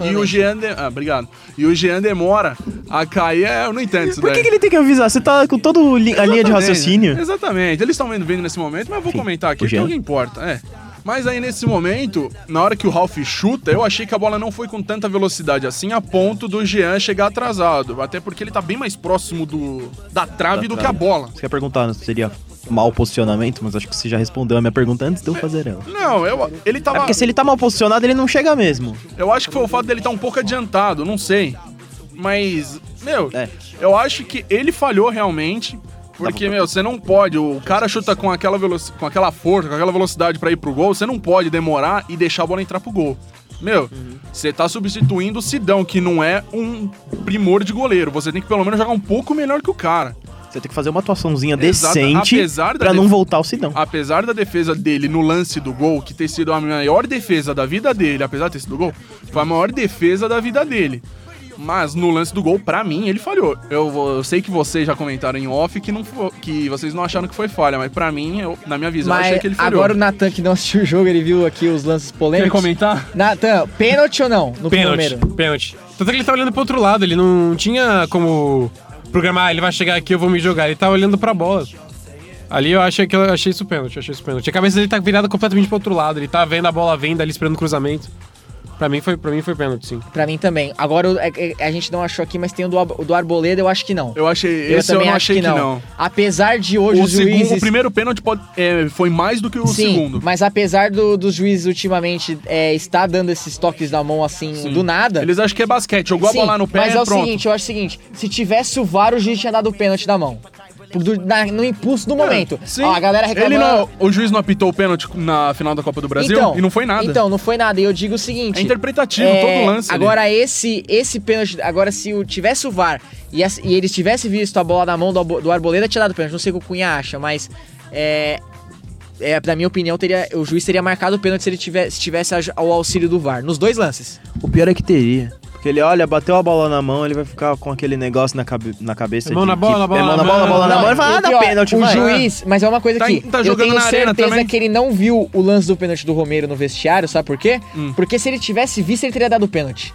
E
né?
o Jean. de- Ah, obrigado. E o Jean demora a cair. É, eu não entendo isso
Por que,
daí.
que ele tem que avisar? Você tá com toda a linha de
Exatamente,
raciocínio.
Exatamente. Eles estão vendo, vendo nesse momento, mas eu vou comentar aqui, porque
Jean.
o que importa, é. Mas aí, nesse momento, na hora que o Ralf chuta, eu achei que a bola não foi com tanta velocidade assim, a ponto do Jean chegar atrasado. Até porque ele tá bem mais próximo do da trave do que a bola.
Você quer perguntar, não seria mau posicionamento, mas acho que você já respondeu a minha pergunta antes de eu fazer ela.
Não, eu, ele
É
tava.
porque se ele tá mal posicionado, ele não chega mesmo.
Eu acho que foi o fato dele estar um pouco adiantado, não sei. Mas, meu,
É.
eu acho que ele falhou realmente. Porque, meu, você não pode. O cara chuta com aquela, veloci- com aquela força, com aquela velocidade pra ir pro gol. Você não pode demorar e deixar a bola entrar pro gol. Meu, você tá substituindo o Sidão, que não é um primor de goleiro. Você tem que pelo menos jogar um pouco melhor que o cara.
Você tem que fazer uma atuaçãozinha
Exato,
decente
apesar da
pra não
def-
voltar ao Sidão.
Apesar da defesa dele no lance do gol, que ter sido a maior defesa da vida dele, apesar de ter sido gol, foi a maior defesa da vida dele. Mas no lance do gol, pra mim, ele falhou. Eu, vou- eu sei que vocês já comentaram em off que, não fo- que vocês não acharam que foi falha, mas pra mim, eu- na minha visão, eu achei
Mas
que ele falhou.
agora o Natan que não assistiu o jogo, ele viu aqui os lances
Nada. Quer
polêmicos.
comentar?
Natan, pênalti ou não? No
Pênalti,
primeiro.
pênalti. Tanto que ele tá olhando pro outro lado, ele não tinha como programar, "Ah, ele vai chegar aqui, eu vou me jogar. Ele tá olhando pra bola. Ali eu achei que eu achei isso pênalti, eu achei isso pênalti. A cabeça dele tá virada completamente pro outro lado, ele tá vendo a bola vindo ali esperando o cruzamento. Pra mim foi, pra mim foi pênalti, sim.
Pra mim também. Agora o- é- é- a gente não achou aqui, mas tem o do, Ab- o do Arboleda, eu acho que não.
Eu achei. esse eu
também
não
acho
achei que não.
Apesar de hoje
O,
os
segundo,
juízes...
o primeiro pênalti pode- é, foi mais do que o
Sim,
segundo.
mas apesar do- dos juízes ultimamente é, estar dando esses toques na mão assim, do nada...
Eles acham que é basquete, jogou
Sim,
a bola no pé
Mas é o
pronto.
seguinte, eu acho o seguinte: se tivesse o VAR, o juiz tinha dado o pênalti na mão. Do- na- no impulso do momento.
É, Sim.
Ó, a galera reclamando.
Ele não- o juiz não apitou o pênalti na final da Copa do Brasil
então,
e não foi nada.
Então, não foi nada. E eu digo o seguinte.
É interpretativo
é,
todo lance. ali.
Agora, esse, esse pênalti. Agora, se o, tivesse o VAR e, as- e eles tivessem visto a bola na mão do, Abo- do Arboleda, tinha dado pênalti. Não sei o que o Cunha acha, mas. É, é, na minha opinião, teria, o juiz teria marcado o pênalti se ele tivesse, se tivesse aj- o auxílio do VAR. Nos dois lances.
O pior é que teria. Porque ele olha, bateu a bola na mão, ele vai ficar com aquele negócio na, cabe- na cabeça.
Mão
de
na
que-
bola,
é,
bola
mão na
na
bola,
mão.
bola na
Não,
mão, ele fala, ah,
E
dá
pior,
pênalti,
O
vai.
juiz, mas é uma coisa
Tá
que
em- tá
eu
jogando
tenho
na arena
certeza
também.
que ele não viu o lance do pênalti do Romero no vestiário, sabe por quê?
Hum.
Porque se ele tivesse visto, ele teria dado o pênalti.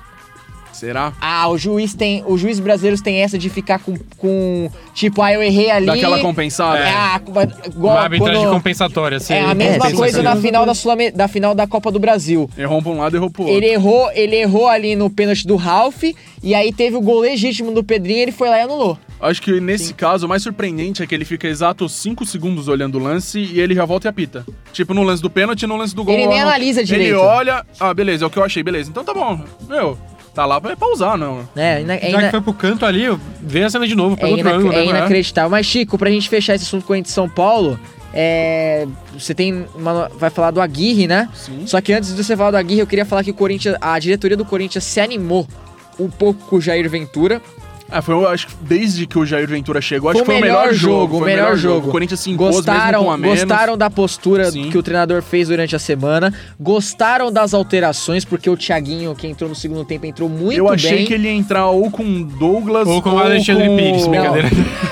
Será?
Ah, o juiz tem, os juízes brasileiros têm essa de ficar com, com tipo, ah, eu errei ali.
Daquela compensada.
É, ah, com- igual
Uma arbitragem
quando-
compensatória, assim.
né?
É a mesma
compensa-
coisa na
compensa-
final da, Sulame- da final da Copa do Brasil.
Errou pra um lado, errou pro outro.
Ele errou, ele errou ali no pênalti do Ralph e aí teve o gol legítimo do Pedrinho, ele foi lá e anulou.
Acho que nesse caso, o mais surpreendente é que ele fica exatos 5 segundos olhando o lance e ele já volta e apita. Tipo, no lance do pênalti e no lance do gol.
Ele
lá
nem
no-
analisa
Ele
direito.
olha, ah, beleza, é o que eu achei, beleza. Então tá bom. Meu, tá lá pra, é pra usar, não.
É, ina-
Então
é
Já que
ina-
foi pro canto ali, eu- vê a cena de novo,
É,
pega outro
inac-
ângulo,
é
né?
inacreditável. Mas, Chico, pra gente fechar esse assunto com a gente de São Paulo, é, você tem uma- vai falar do Aguirre, né?
Sim.
Só que antes de você falar do Aguirre, eu queria falar que o Corinthians, a diretoria do Corinthians se animou um pouco com o Jair Ventura.
Ah, foi, eu acho que desde que o Jair Ventura chegou, acho
Foi
que foi o melhor jogo.
o
foi
melhor jogo.
O Corinthians se impôs mesmo
Gostaram,
com a menos.
gostaram da postura
Sim.
que o treinador fez durante a semana. Gostaram das alterações, porque o Thiaguinho, que entrou no segundo tempo, entrou muito
Eu achei
bem.
que ele ia entrar ou com Douglas
Ou com o Alexandre
com-
Pires, brincadeira.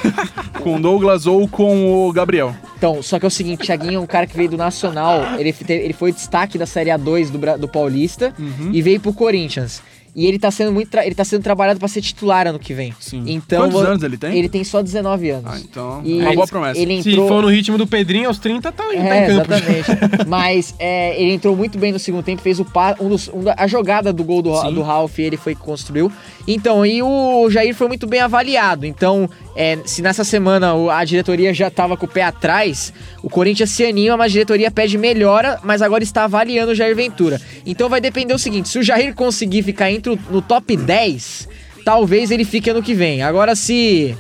Com Douglas ou com o Gabriel.
Então, só que é o seguinte, Thiaguinho é um cara que veio do Nacional, ele, te- ele foi destaque da Série A2 do, Bra- do Paulista
Uhum.
e veio pro Corinthians. E ele tá sendo muito tra- ele tá sendo trabalhado pra ser titular ano que vem.
Sim.
Então,
Quantos
vo-
anos ele tem?
Ele tem só 19 anos.
Ah, então.
E
é uma
ele-
boa promessa.
Ele
Se
entrou
for no ritmo do Pedrinho, aos 30 tá, aí, tá
É,
em campo.
exatamente. Mas é, ele entrou muito bem no segundo tempo, fez o pa- um dos- um da- a jogada do gol do, Ra- do Ralf, ele foi que construiu. Então, e o Jair foi muito bem avaliado. Então, é, se nessa semana o- a diretoria já estava com o pé atrás, o Corinthians se anima, mas a diretoria pede melhora, mas agora está avaliando o Jair Ventura. Então vai depender o seguinte: se o Jair conseguir ficar entre o- no top 10, talvez ele fique ano que vem. Agora, se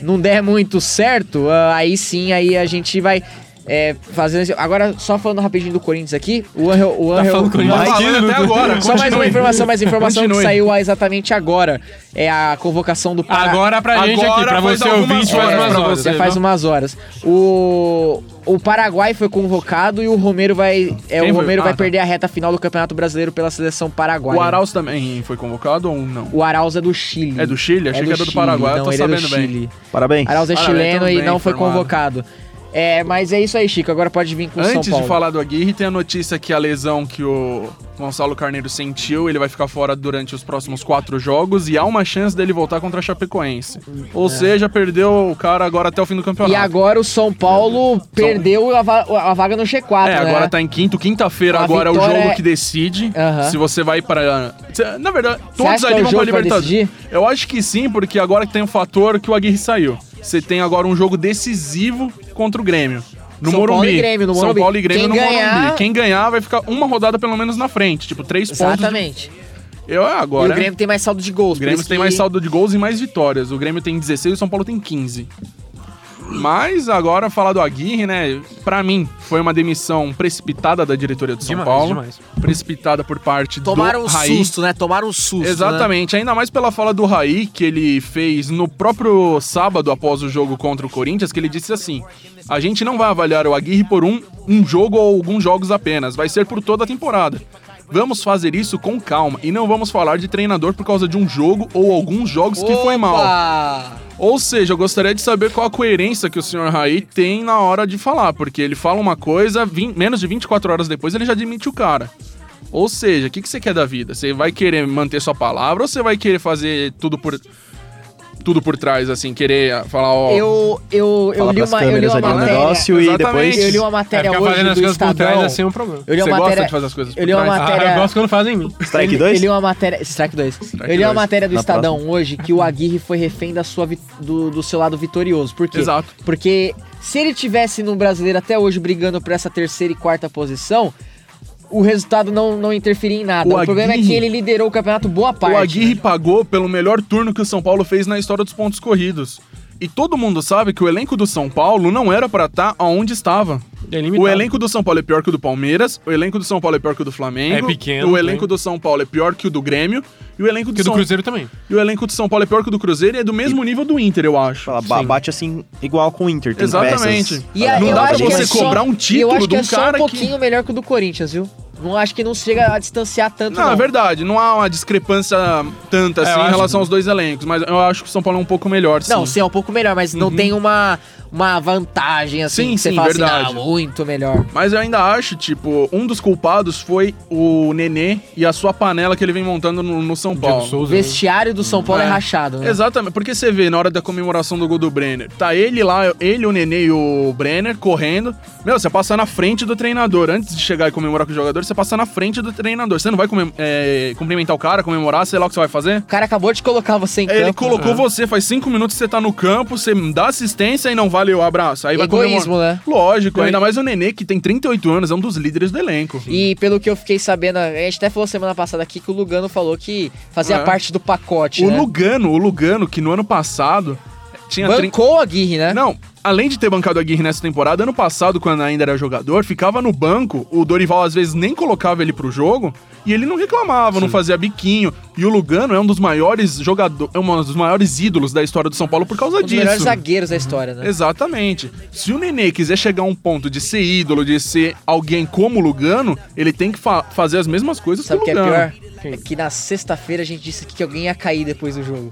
não der muito certo, ah, aí sim, aí a gente vai é, fazendo. esse- Agora, só falando rapidinho do Corinthians aqui, o Angel. O
Tá
Angel-
falando com ele
Tá falando até agora.
Só mais uma
continue.
informação, mais informação que
Continue.
saiu exatamente agora. É a convocação do Pará.
Agora pra gente
Agora
aqui, pra
faz
você
algumas
ouvinte, faz
horas né?
umas
pra
horas.
você,
Já faz
viu?
umas horas. O, o Paraguai foi convocado e o Romero vai. É,
Quem
o
foi?
Romero
Ah,
vai
tá.
perder a reta final do Campeonato Brasileiro pela seleção paraguaia.
O Arauz também foi convocado ou não?
O Arauz é do Chile.
É do Chile? Achei que era do
Chile.
Paraguai, eu
Não,
tô
ele é do
sabendo bem.
Chile.
Parabéns.
Arauz é
Parabéns,
chileno
tamo
e
bem
não foi
informado.
convocado. É, mas é isso aí, Chico. Agora pode vir com o São
Antes
Paulo.
de falar do Aguirre, tem a notícia que a lesão que o Gonçalo Carneiro sentiu, ele vai ficar fora durante os próximos quatro jogos e há uma chance dele voltar contra a Chapecoense. Ou seja, perdeu o cara agora até o fim do campeonato.
E agora o São Paulo perdeu a, va- a vaga no
É,
G4, né?
agora tá em quinto. Quinta-feira
A
agora é o
vitória
jogo
é-
que decide
Aham.
se você vai pra. Cê- Na verdade, todos
acha que
ali
é o
vão pra
jogo que vai
Libertadores.
decidir?
Eu acho que sim, porque agora que tem o fator que o Aguirre saiu. Você tem agora um jogo decisivo contra o Grêmio. No
São
Morumbi.
Paulo e Grêmio, no
São
Morumbi.
Paulo e Grêmio
Quem
no
ganhar-
Morumbi. Quem ganhar vai ficar uma rodada pelo menos na frente. Tipo, três pontos.
Exatamente.
de- Eu, é, agora.
E o Grêmio tem mais saldo de gols.
O
por
Grêmio
isso
tem
que-
mais saldo de gols e mais vitórias. O Grêmio tem 16 e o São Paulo tem 15. Mas agora falar do Aguirre, né? Pra mim, foi uma demissão precipitada da diretoria do São
Demais,
Paulo.
demais.
Precipitada por parte
Tomaram
do
um
Raí.
susto, né? Tomaram um susto. Né?
Exatamente, ainda mais pela fala do Raí que ele fez no próprio sábado após o jogo contra o Corinthians, que ele disse assim: "A gente não vai avaliar o Aguirre por um, um jogo ou alguns jogos apenas, vai ser por toda a temporada. Vamos fazer isso com calma e não vamos falar de treinador por causa de um jogo ou alguns jogos que foi mal."
Opa!
Ou seja, eu gostaria de saber qual a coerência que o senhor Raí tem na hora de falar, porque ele fala uma coisa, vin- menos de 24 horas depois ele já demite o cara. Ou seja, o que, que você quer da vida? Você vai querer manter sua palavra ou você vai querer fazer tudo por tudo por trás, assim, querer ah, falar, ó.
Eu, eu, eu,
Fala
li
pras
uma, eu li
câmeras
uma
ali no
matéria.
negócio e
Exatamente.
depois...
Eu li uma
É,
matéria
ficar
hoje
fazendo as
do
coisas por trás
Estadão.
assim é um problema.
Eu li
Você
uma
gosta
matéria.
de fazer as coisas por
Eu li uma
trás? Ah,
Ah, eu
matéria.
gosto quando fazem em mim.
Strike
Eu
2?
li é uma matéria. Strike 2. eu li é uma
dois.
matéria do
Na
Estadão hoje que o Aguirre foi refém da sua vi- do, do seu lado vitorioso. Por quê?
Exato.
Porque se ele tivesse no brasileiro até hoje brigando por essa terceira e quarta posição, o resultado não, não interferia em nada.
O
O, problema é
Aguirre-
que ele liderou o campeonato boa parte. né?
O Aguirre pagou pelo melhor turno que o São Paulo fez na história dos pontos corridos. E todo mundo sabe que o elenco do São Paulo não era pra estar onde estava.
É limitado.
O elenco do São Paulo é pior que o do Palmeiras, o elenco do São Paulo é pior que o do Flamengo.
É pequeno,
O
né?
elenco do São Paulo é pior que o do Grêmio. E o elenco do,
Porque do
São...
Cruzeiro também.
E o elenco do São Paulo é pior que o do Cruzeiro e é do mesmo nível do Inter, eu acho.
Fala, ba- bate assim, igual com o Inter. Tem
Exatamente.
peças.
E a-
Não
eu
dá pra
acho que
você
é só-
cobrar um título
Eu acho
de
que
um
é só um
cara que-
pouquinho melhor que o do Corinthians, viu? Não acho que não chega a distanciar tanto.
Não,
não.
é verdade, não há uma discrepância tanta assim
É, eu
em
acho
relação
que-
aos dois elencos, mas eu acho que o São Paulo é um pouco melhor, sim.
Não, sim, é um pouco melhor, mas não tem uma, uma vantagem assim.
Uhum. Sim,
que você
sim,
fala
verdade.
assim, "Ah, muito melhor.
Mas eu ainda acho, tipo, um dos culpados foi o Nenê e a sua panela que ele vem montando no, no São
Diego
Paulo.
O
Souza. né?
vestiário do São Paulo é,
É.
rachado, né?
Exatamente, porque você vê na hora da comemoração do gol do Brenner, tá ele lá, ele, o Nenê e o Brenner correndo. Meu, você passa na frente do treinador. Antes de chegar e comemorar com o jogador, você passa na frente do treinador. Você não vai comem- é, cumprimentar o cara, comemorar, sei lá o que você vai fazer.
O cara acabou de colocar você em campo. É.
Ele colocou você, faz cinco minutos que você tá no campo, você dá assistência e não vale o abraço. Aí vai
Egoísmo,
comemorar.
né?
Lógico, ainda mais o Nenê, que tem 38 anos, é um dos líderes do elenco.
E pelo que eu fiquei sabendo, a gente até falou semana passada aqui que o Lugano falou que fazia
É.
parte do pacote,
O
né?
Lugano, o Lugano, que no ano passado tinha... trin-
Bancou a Aguirre, né?
Não, além de ter bancado a Aguirre nessa temporada, ano passado, quando ainda era jogador, ficava no banco, o Dorival às vezes nem colocava ele pro jogo, e ele não reclamava, não fazia biquinho. E o Lugano é um dos maiores jogadores, é um dos maiores ídolos da história do São Paulo por causa
Um dos
disso.
melhores zagueiros da história, né?
Exatamente. Se o Nenê quiser chegar a um ponto de ser ídolo, de ser alguém como o Lugano, ele tem que fa- fazer as mesmas coisas
Sabe o que
que o
é
Lugano.
pior? É que na sexta-feira a gente disse que alguém ia cair depois do jogo.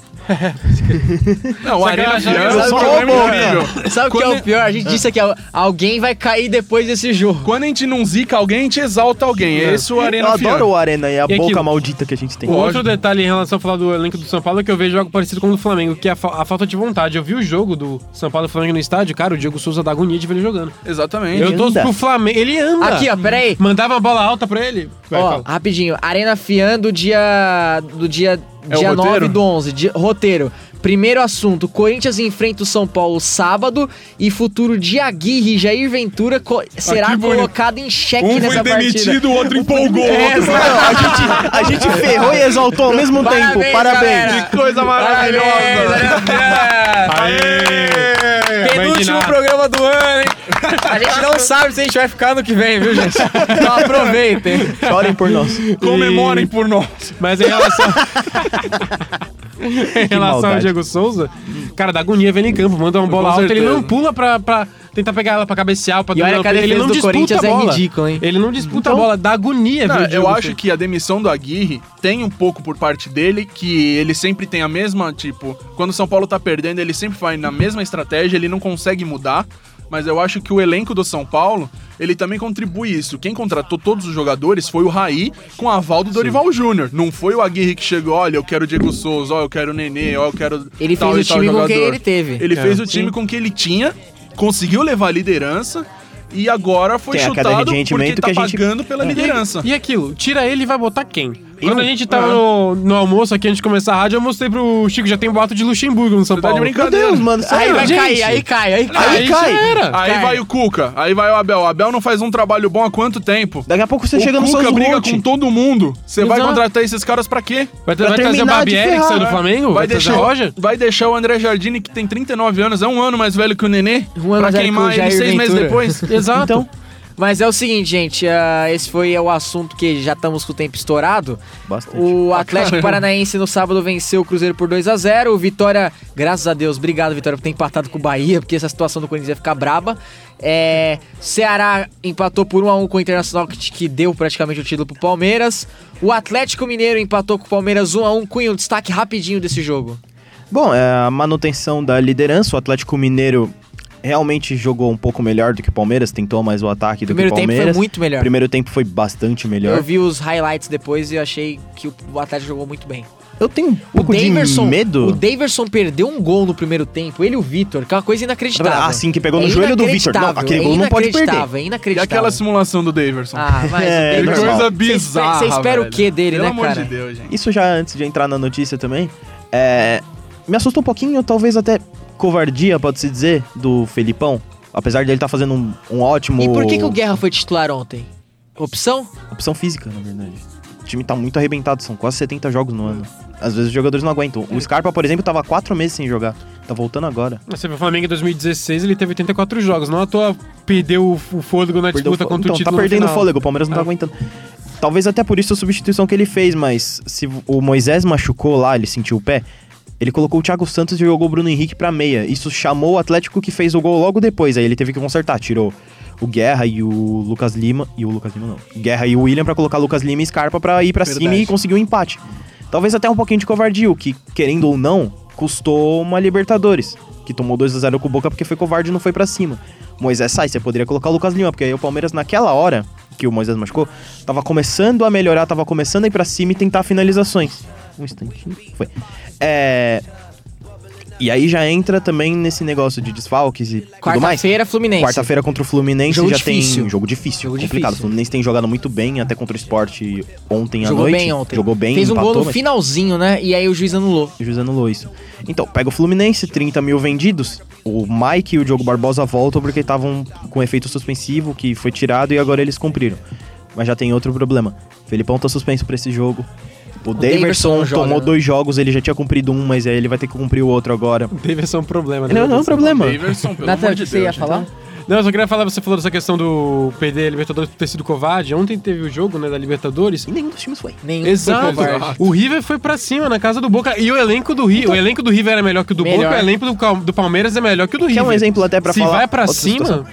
Não, o Arena
Sacanagem,
Fiel
eu
é um
sou
programa
bobo,
incrível.
Sabe o que é
Quando-
o pior? A gente disse que al- alguém vai cair depois desse jogo.
Quando a gente não zica alguém, a gente exalta alguém. É isso o
Eu
Arena Fiel.
adoro o Arena e a
E
boca
aquilo?
maldita que a gente tem.
O outro detalhe em relação a falar do elenco do São Paulo é que eu vejo algo parecido com o do Flamengo, que é a, fa- a falta de vontade. Eu vi o jogo do São Paulo e Flamengo no estádio, cara, o Diego Souza dá agonia de ver ele jogando.
Exatamente.
Eu torço
anda.
pro Flamengo. Ele anda.
Aqui, ó, peraí.
Mandava uma bola alta pra ele. Vai,
Ó,
fala.
rapidinho. Arena Fian do dia. Do dia.
É o
dia 9
roteiro?
do 11. Di- roteiro. Primeiro assunto: Corinthians enfrenta o São Paulo sábado e futuro de Aguirre e Jair Ventura co- será
Ah, que bonito.
colocado em xeque
Um
nessa
foi
partida.
demitido, o outro empolgou. o outro-
Mano, a gente, a gente ferrou e exaltou ao mesmo
Parabéns,
tempo. Parabéns.
galera.
um, Que coisa maravilhosa. É.
Penúltimo programa do ano, hein? A gente não sabe se a gente vai ficar no que vem, viu, gente? Então aproveitem.
Chorem por nós.
Comemorem por nós.
Mas em relação. em relação ao
maldade.
Diego Souza, cara, dá agonia vendo em campo, manda uma bola alta, ele
certeza.
não pula pra, pra tentar pegar ela pra cabecear, pra
E olha
driblar,
que a
ele
defesa
não
do
disputa
Corinthians
a
é
bola.
ridícula, hein? Então-
Ele não disputa a bola, dá agonia,
Não,
ver o Diego
eu acho
Souza.
que a demissão do Aguirre tem um pouco por parte dele, que ele sempre tem a mesma, tipo, quando o São Paulo tá perdendo, ele sempre vai na mesma estratégia, ele não consegue mudar. Mas eu acho que o elenco do São Paulo, ele também contribui isso. Quem contratou todos os jogadores foi o Raí com aval do Dorival Júnior. Não foi o Aguirre que chegou, olha, eu quero o Diego Souza, ó, eu quero o Nenê, ó, eu quero
Ele
tal
fez
e
o
tal
time com quem
jogador."
ele teve.
Ele fez o time com que ele tinha, conseguiu levar a liderança e agora foi
Tem a queda de
chutado porque
rendimento
tá
que a gente-
pagando
É.
pela liderança.
E aquilo, tira ele e vai botar quem? Ah. Quando a gente tava no, no almoço aqui, antes de começar a rádio, eu mostrei pro Chico, já tem boato de Luxemburgo no São
Tá de
Paulo.
Meu
brincadeira.
Deus, mano.
Aí
sério.
vai
gente.
cair, aí cai, aí cai.
Aí,
cai.
já era.
Aí
Cara.
vai o Cuca, aí vai o Abel. O Abel não faz um trabalho bom há quanto tempo?
Daqui a pouco você
o
chega no
Cuca
Santos
briga
Rote.
com todo mundo. Você vai
Exato.
contratar esses caras pra quê?
Vai, vai
Pra
trazer o
terminar de
Barbieri, que
ferrar,
saiu do
né?
Flamengo?
Vai
trazer
deixar,
o Roger?
vai deixar o André Jardini, que tem 39 anos, é um ano mais velho que o Nenê,
Um ano
pra
mais velho que o
queimar ele
Jair
seis meses
Ventura.
depois.
Exato.
Então,
Mas é o seguinte, gente, ah, esse foi o assunto que já estamos com o tempo estourado.
bastante.
O Atlético Paranaense no sábado venceu o Cruzeiro por 2 a 0 O Vitória, graças a Deus, obrigado, Vitória, por ter empatado com o Bahia, porque essa situação do Corinthians ia ficar braba. É, Ceará empatou por 1 a 1 com o Internacional, que, que deu praticamente o título pro Palmeiras. O Atlético Mineiro empatou com o Palmeiras 1 a 1 Cunha, um destaque rapidinho desse jogo.
Bom, é, a manutenção da liderança, o Atlético Mineiro realmente jogou um pouco melhor do que o Palmeiras, tentou mais o ataque do
Primeiro
que o
tempo
Palmeiras.
foi muito melhor.
Primeiro tempo foi bastante melhor.
Eu
Eu,
vi os highlights depois e eu achei que o- o Atlético jogou muito bem.
tenho um
O
pouco de
Daverson, o
medo.
Daverson perdeu um gol no primeiro tempo, ele e o Vitor, que é uma coisa inacreditável. É
Ah, sim, que pegou no joelho do Vitor. Não,
inacreditável,
aquele gol não pode
É
perder.
inacreditável, é
E
inacreditável.
aquela simulação do Daverson?
Ah, mas
É,
o
que
Daverson-
coisa
Você espe-
bizarra,
Você espera o
velho.
que dele,
Pelo
né,
amor
cara?
de Deus, gente.
Isso já antes de entrar na notícia também, é, me assustou um pouquinho, talvez até covardia, pode-se dizer, do Felipão. Apesar de ele estar fazendo um, um ótimo...
E por que, que o Guerra foi titular ontem? Opção?
Opção física, na verdade. O time tá muito arrebentado, são quase 70 jogos no ano. Às vezes os jogadores não aguentam.
É.
O Scarpa, por exemplo, tava quatro meses sem jogar. Tá voltando agora.
Você vê o Flamengo em 2016, ele teve 84 jogos. Não à toa perdeu o o fôlego na
Perdeu
disputa
fô-
contra
então,
o título.
tá
no
perdendo
final.
fôlego, o Palmeiras não tá
É.
aguentando. Talvez até por isso a substituição que ele fez, mas se o Moisés machucou lá, ele sentiu o pé, ele colocou o Thiago Santos e jogou o Bruno Henrique pra meia. Isso chamou o Atlético que fez o gol logo depois, aí ele teve que consertar, tirou o Guerra e o Lucas Lima, e o Lucas Lima não, Guerra e o William pra colocar Lucas Lima e Scarpa pra ir pra cima e conseguir um empate. Talvez até um pouquinho de covardia, o que, querendo ou não, custou uma Libertadores, que tomou 2 a 0 com o Boca porque foi covarde e não foi pra cima. Moisés sai, você poderia colocar o Lucas Lima, porque aí o Palmeiras naquela hora que o Moisés machucou, tava começando a melhorar, tava começando a ir pra cima e tentar finalizações. Um instantinho, foi. É... E aí já entra também nesse negócio de desfalques e tudo mais.
Quarta-feira, Fluminense.
Quarta-feira contra o Fluminense
Jogo
já
difícil.
tem jogo difícil,
Jogo
complicado.
difícil.
O Fluminense tem jogado muito bem, até contra o Sport ontem
Jogou
à noite.
bem ontem.
Jogou bem,
Fez um
empatou,
gol no
mas-
finalzinho, né? E aí o juiz anulou.
o José anulou isso. Então, pega o Fluminense, 30 mil vendidos. O Mike e o Diogo Barbosa voltam porque estavam com efeito suspensivo, que foi tirado e agora eles cumpriram. Mas já tem outro problema. Felipão tá suspenso pra esse jogo. O,
Daverson
Daverson
não joga,
tomou
né?
dois jogos, ele já tinha cumprido um, mas aí ele vai ter que cumprir o outro agora.
Teve só um problema, né?
Não, não é um problema.
Daverson, pelo
Nathan,
amor
o
de
que você ia
Deus.
falar?
Não, eu só queria falar, você falou dessa questão do perder a Libertadores por ter sido covarde. Ontem teve o jogo, né, da Libertadores.
E nenhum dos times foi.
Nenhum
Exato.
covarde.
O River foi pra cima na casa do Boca. E o elenco do River, o elenco do River era melhor que o do
Então, Melhor.
Boca, o elenco do, Cal- do Palmeiras é melhor que o do
Que é
River.
um exemplo até pra
Se
falar.
vai pra
outra
cima,
situação.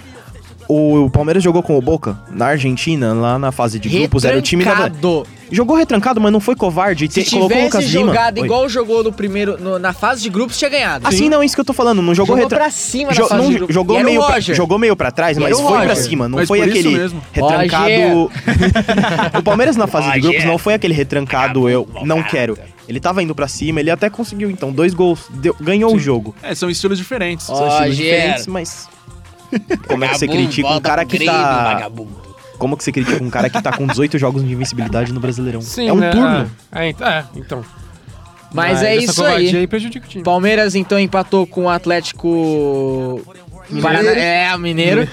O, o Palmeiras jogou com o Boca na Argentina, lá na fase de grupos. Era o time da.
Retrancado.
Jogou retrancado, mas não foi covarde.
Se
Te- colocou o
tivesse
Lucas Lima.
jogado
Oi.
igual jogou no primeiro, no- na fase de grupos, tinha ganhado.
Assim, não, é isso que eu tô falando. Não jogou,
Jogou
retra...
pra cima na
Jo-
fase
não,
de grupo. E
Jogou
era o
meio, pra,
Roger.
jogou meio pra trás,
E
mas
era o
foi pra
Roger.
cima. Não
Mas
foi
por isso
aquele
mesmo.
retrancado. o Palmeiras na fase de grupos não foi aquele retrancado, eu não quero. Ele tava indo pra cima, ele até conseguiu, então, dois gols. deu- ganhou o jogo.
É, são estilos diferentes.
São estilos
Roger.
diferentes, mas. Como é que você critica um cara que tá. Como que você critica um cara que tá com 18 jogos de invencibilidade no Brasileirão?
Sim,
é um
né?
turno.
Ah, é, ent- é, então.
Mas
Ah,
é
essa
isso
covardia
aí.
prejudica o time.
Palmeiras então empatou com o Atlético. Paraná- É, o Mineiro.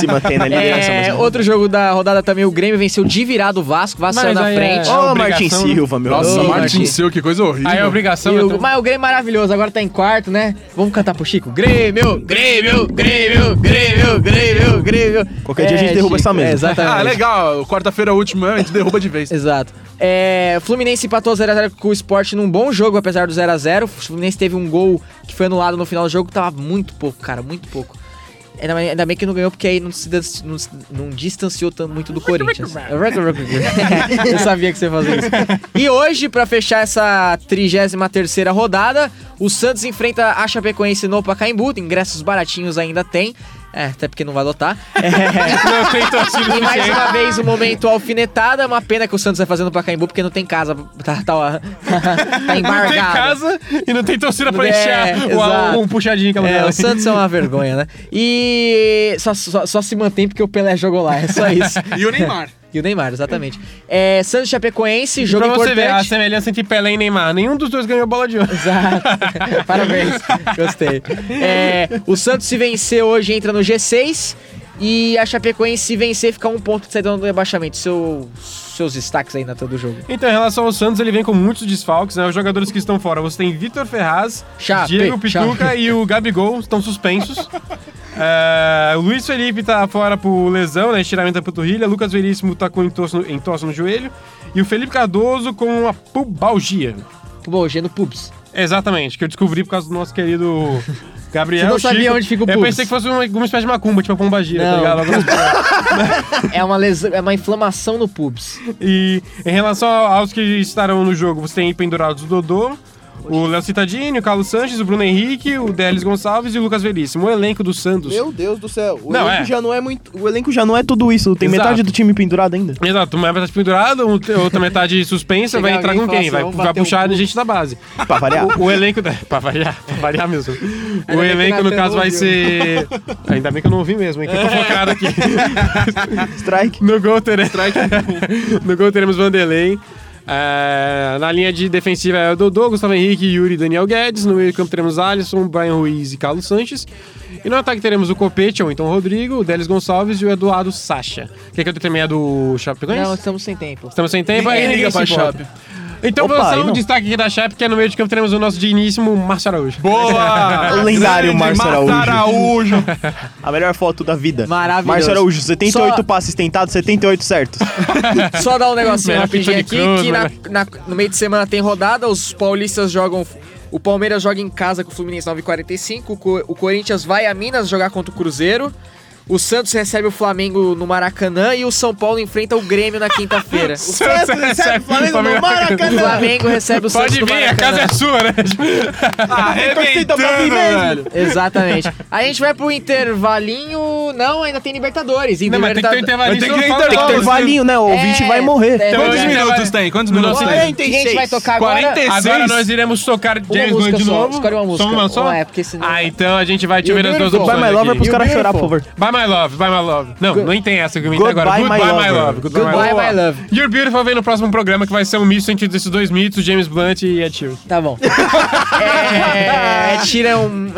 Se manter na liderança.
É,
mas- um
outro jogo da rodada também, o Grêmio venceu de virada o Vasco, o Vasco
Mas
saiu na
aí é-
frente.
Ô,
obrigação,
Martin
né?
Silva, meu
Nossa,
Ô,
amigo.
Martin
Martin.
Seu, que coisa horrível.
Aí é obrigação.
E
eu
o-
tô-
mas o Grêmio é maravilhoso, agora tá em quarto, né? Vamos cantar pro Chico? Grêmio, Grêmio, Grêmio, Grêmio, Grêmio, Grêmio.
Qualquer dia a gente derruba essa mesa.
é, exatamente.
Ah, legal. Quarta-feira é a última, a gente derruba de vez.
Exato. É, Fluminense empatou 0x0 com o Sport num bom jogo, apesar do 0x0. O Fluminense teve um gol que foi anulado no final do jogo, que tava muito pouco, cara, muito pouco. Ainda, bem- ainda bem que não ganhou, porque aí não, se, dan- não, se- não distanciou tanto muito do Corinthians. É Eu sabia que você ia fazer isso. E hoje, pra fechar essa 33 rodada, o Santos enfrenta a Chapecoense no Pacaembu. Ingressos baratinhos ainda tem. É, até porque não vai lotar. É.
Não, tem torcida
E mais
suficiente.
uma vez o momento alfinetada. É Uma pena que o Santos vai fazendo pra Caimbu, porque não tem casa. Tá, tá, tá
Não tem
embargado.
casa e não tem torcida pra
É,
encher
exato.
o, um puxadinho que ela
É,
dá.
o Santos é uma vergonha, né? E só, só- só se mantém porque o Pelé jogou lá, é só isso.
E o Neymar.
E o Neymar, exatamente. É, Santos e Chapecoense, jogo
pra você
importante.
ver a semelhança entre Pelé e Neymar. Nenhum dos dois ganhou bola de ouro.
Exato. Parabéns. Gostei. É, o Santos se vencer hoje entra no G6 e a Chapecoense se vencer fica um ponto de saída do rebaixamento. Seu- seus destaques aí na todo jogo.
Então, em relação ao Santos, ele vem com muitos desfalques, né? Os jogadores que estão fora. Você tem Vitor Ferraz,
Chape,
Diego Pituca
Chape.
e o Gabigol estão suspensos. É, o Luiz Felipe tá fora por lesão, né? Estiramento da panturrilha. Lucas Veríssimo tá com entorse no, entorse no joelho. E o Felipe Cardoso com uma pubalgia.
Bom, Geno Pubs.
Exatamente, que eu descobri por causa do nosso querido Gabriel.
Você não
Chico.
sabia onde fica o
Eu
pubis.
pensei que fosse uma, uma espécie de macumba, tipo a pombagira, tá
Não.
ligado? Alguma coisa.
É uma lesão, é uma inflamação no pubis.
E em relação aos que estarão no jogo, você tem pendurados o Dodô, o Léo Citadini, o Carlos Sanches, o Bruno Henrique, o Delis Gonçalves e o Lucas Veríssimo. O elenco do Santos.
Meu Deus do céu. O
Não,
elenco
é.
já não é muito. O elenco já não é tudo isso. Tem
Exato.
metade do time pendurado ainda.
Exato, uma metade pendurada, um- outra metade suspensa, vai
Chegar
entrar
alguém
com
e falar
quem?
assim,
Vai,
"Vamos
vai
bater o
puxar
cu".
gente da base.
Pra variar.
O, o elenco. da- pra variar, pra variar mesmo. O
bem que
elenco, no
Nathan
caso,
não
vai
ouviu.
ser. Ainda bem que eu não ouvi mesmo, hein? Que eu tô focado aqui.
Strike.
No gol, tere...
é
no gol teremos Vanderlei. Ah, na linha de defensiva é o Dodô, Gustavo Henrique, Yuri e Daniel Guedes. No meio do campo teremos Alisson, Brian Ruiz e Carlos Sanches. E no ataque teremos o Copete, ou então o Rodrigo, o Delis Gonçalves e o Eduardo Sacha. Quer que eu determine a do Chapecoense?
Não, estamos sem tempo.
Estamos sem tempo,
Ninguém
aí ninguém
liga
se
pra
importa.
Chape.
Então
Opa,
vamos
aí
ao
não.
destaque aqui da Chape, que é no meio de campo teremos o nosso digníssimo Márcio Araújo.
Boa!
O lendário
Grande
Márcio Araújo.
Araújo.
A melhor foto da vida.
Maravilhoso.
Márcio Araújo, 78
Só-
passes tentados, 78 certos.
Só dar um negocinho
Melhor
rapidinho
pizza
aqui,
de né? cruz,
que na- na- no meio de semana tem rodada, os paulistas jogam... O Palmeiras joga em casa com o Fluminense 9h45, o, Co- o Corinthians vai a Minas jogar contra o Cruzeiro, o Santos recebe o Flamengo no Maracanã e o São Paulo enfrenta o Grêmio na quinta-feira. o
Santos recebe o Flamengo no Maracanã.
Flamengo recebe o Santos
Pode
no
vir, a
Maracanã.
casa é sua, né?
Ah, Arrebentando, velho.
Exatamente. A gente vai pro intervalinho... Não, ainda tem Libertadores. E
Não, mas tem que ter um
Libertadores-
intervalinho.
Mas tem que ter
senão fala-
Tem que ter
Nossa.
valinho, né? O ouvinte
É,
vai morrer.
é.
Então,
Quantos
é,
minutos
vai-
tem? Quantos minutos tem?
Quem a gente vai tocar agora...
46.
Agora nós iremos tocar James
música
Bond de
só,
novo.
escolhe uma música.
Só uma só?
Uma, é, porque senão-
Ah, então a gente vai te
E o
ver as duas
Beautiful.
Vai,
opções.
my love, é pros
E o
caras chorar, por
Beautiful?
favor.
By My Love, By My Love. Não, não tem essa que eu inventei agora.
Goodbye, My
Goodbye, My
Lover.
Love. Goodbye,
Goodbye, My Love.
Your Beautiful vem no próximo programa, que vai ser um misto entre esses dois mitos, James Blunt e Ed Sheeran.
Tá bom. é, tira um. um-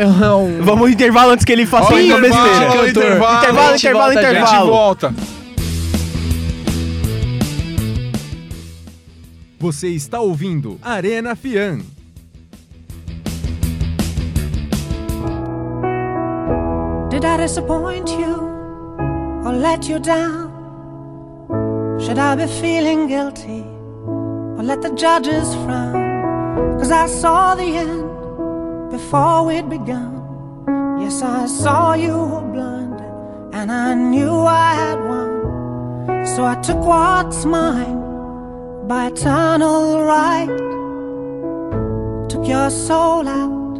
Vamos ao intervalo antes que ele faça
Ó,
uma
intervalo,
besteira.
intervalo.
Intervalo,
A gente
intervalo,
volta já.
A gente
intervalo.
volta.
Você está ouvindo Arena Fian.
Did I disappoint you or let you down? Should I be feeling guilty or let the judges frown? Cause I saw the end before we'd begun. Yes, I saw you were blind and I knew I had won. So I took what's mine by eternal right. Took your soul out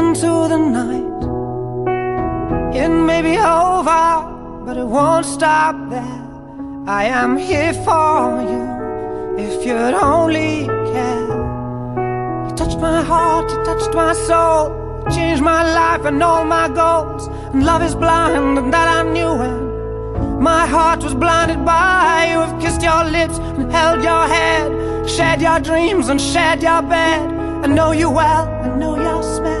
into the night. It may be over, but it won't stop there. I am here for you if you'd only care. You touched my heart, you touched my soul, you changed my life and all my goals. And love is blind, and that I knew it. My heart was blinded by you. Have kissed your lips and held your head, shared your dreams and shared your bed. I know you well, I know your smell.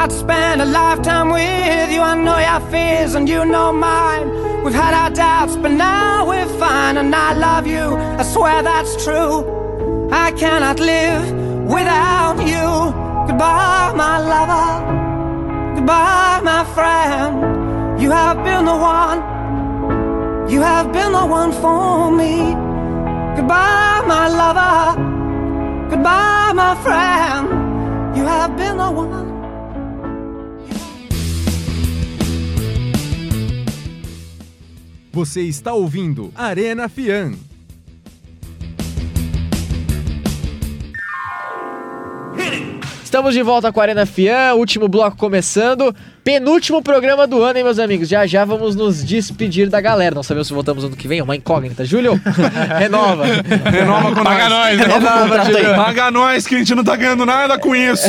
I'd spend a lifetime with you. I know your fears and you know mine. We've had our doubts, but now we're fine. And I love you, I swear that's true. I cannot live without you. Goodbye, my lover. Goodbye, my friend. You have been the one. You have been the one for me. Goodbye, my lover. Goodbye, my friend. You have been the one.
Você está ouvindo Arena Fian.
Estamos de volta com a Arena Fian, último bloco começando. Penúltimo programa do ano, hein, meus amigos? Já já vamos nos despedir da galera. Não sabemos se voltamos ano que vem, é uma incógnita. Júlio, renova.
Renova com
Paga nós, né?
renova, Júlio.
Paga nós que a gente não tá ganhando nada com isso.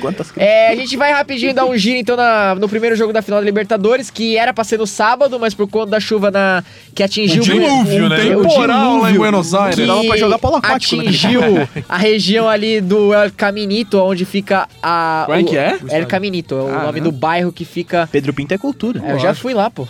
Quantas...
É, a gente vai rapidinho dar um giro então na- no primeiro jogo da final da Libertadores, que era pra ser no sábado, mas por conta da chuva na, que atingiu um
dilúvio, né?
É
o
Temporal lá em Buenos
Ah,
Aires.
que
Dava pra jogar polo aquático, né?
atingiu a região ali do El Caminito, onde fica a.
Como é
o-
que é?
El Caminito, é o nome do bairro que fica.
Pedro Pinto é cultura.
É, eu já fui lá, pô.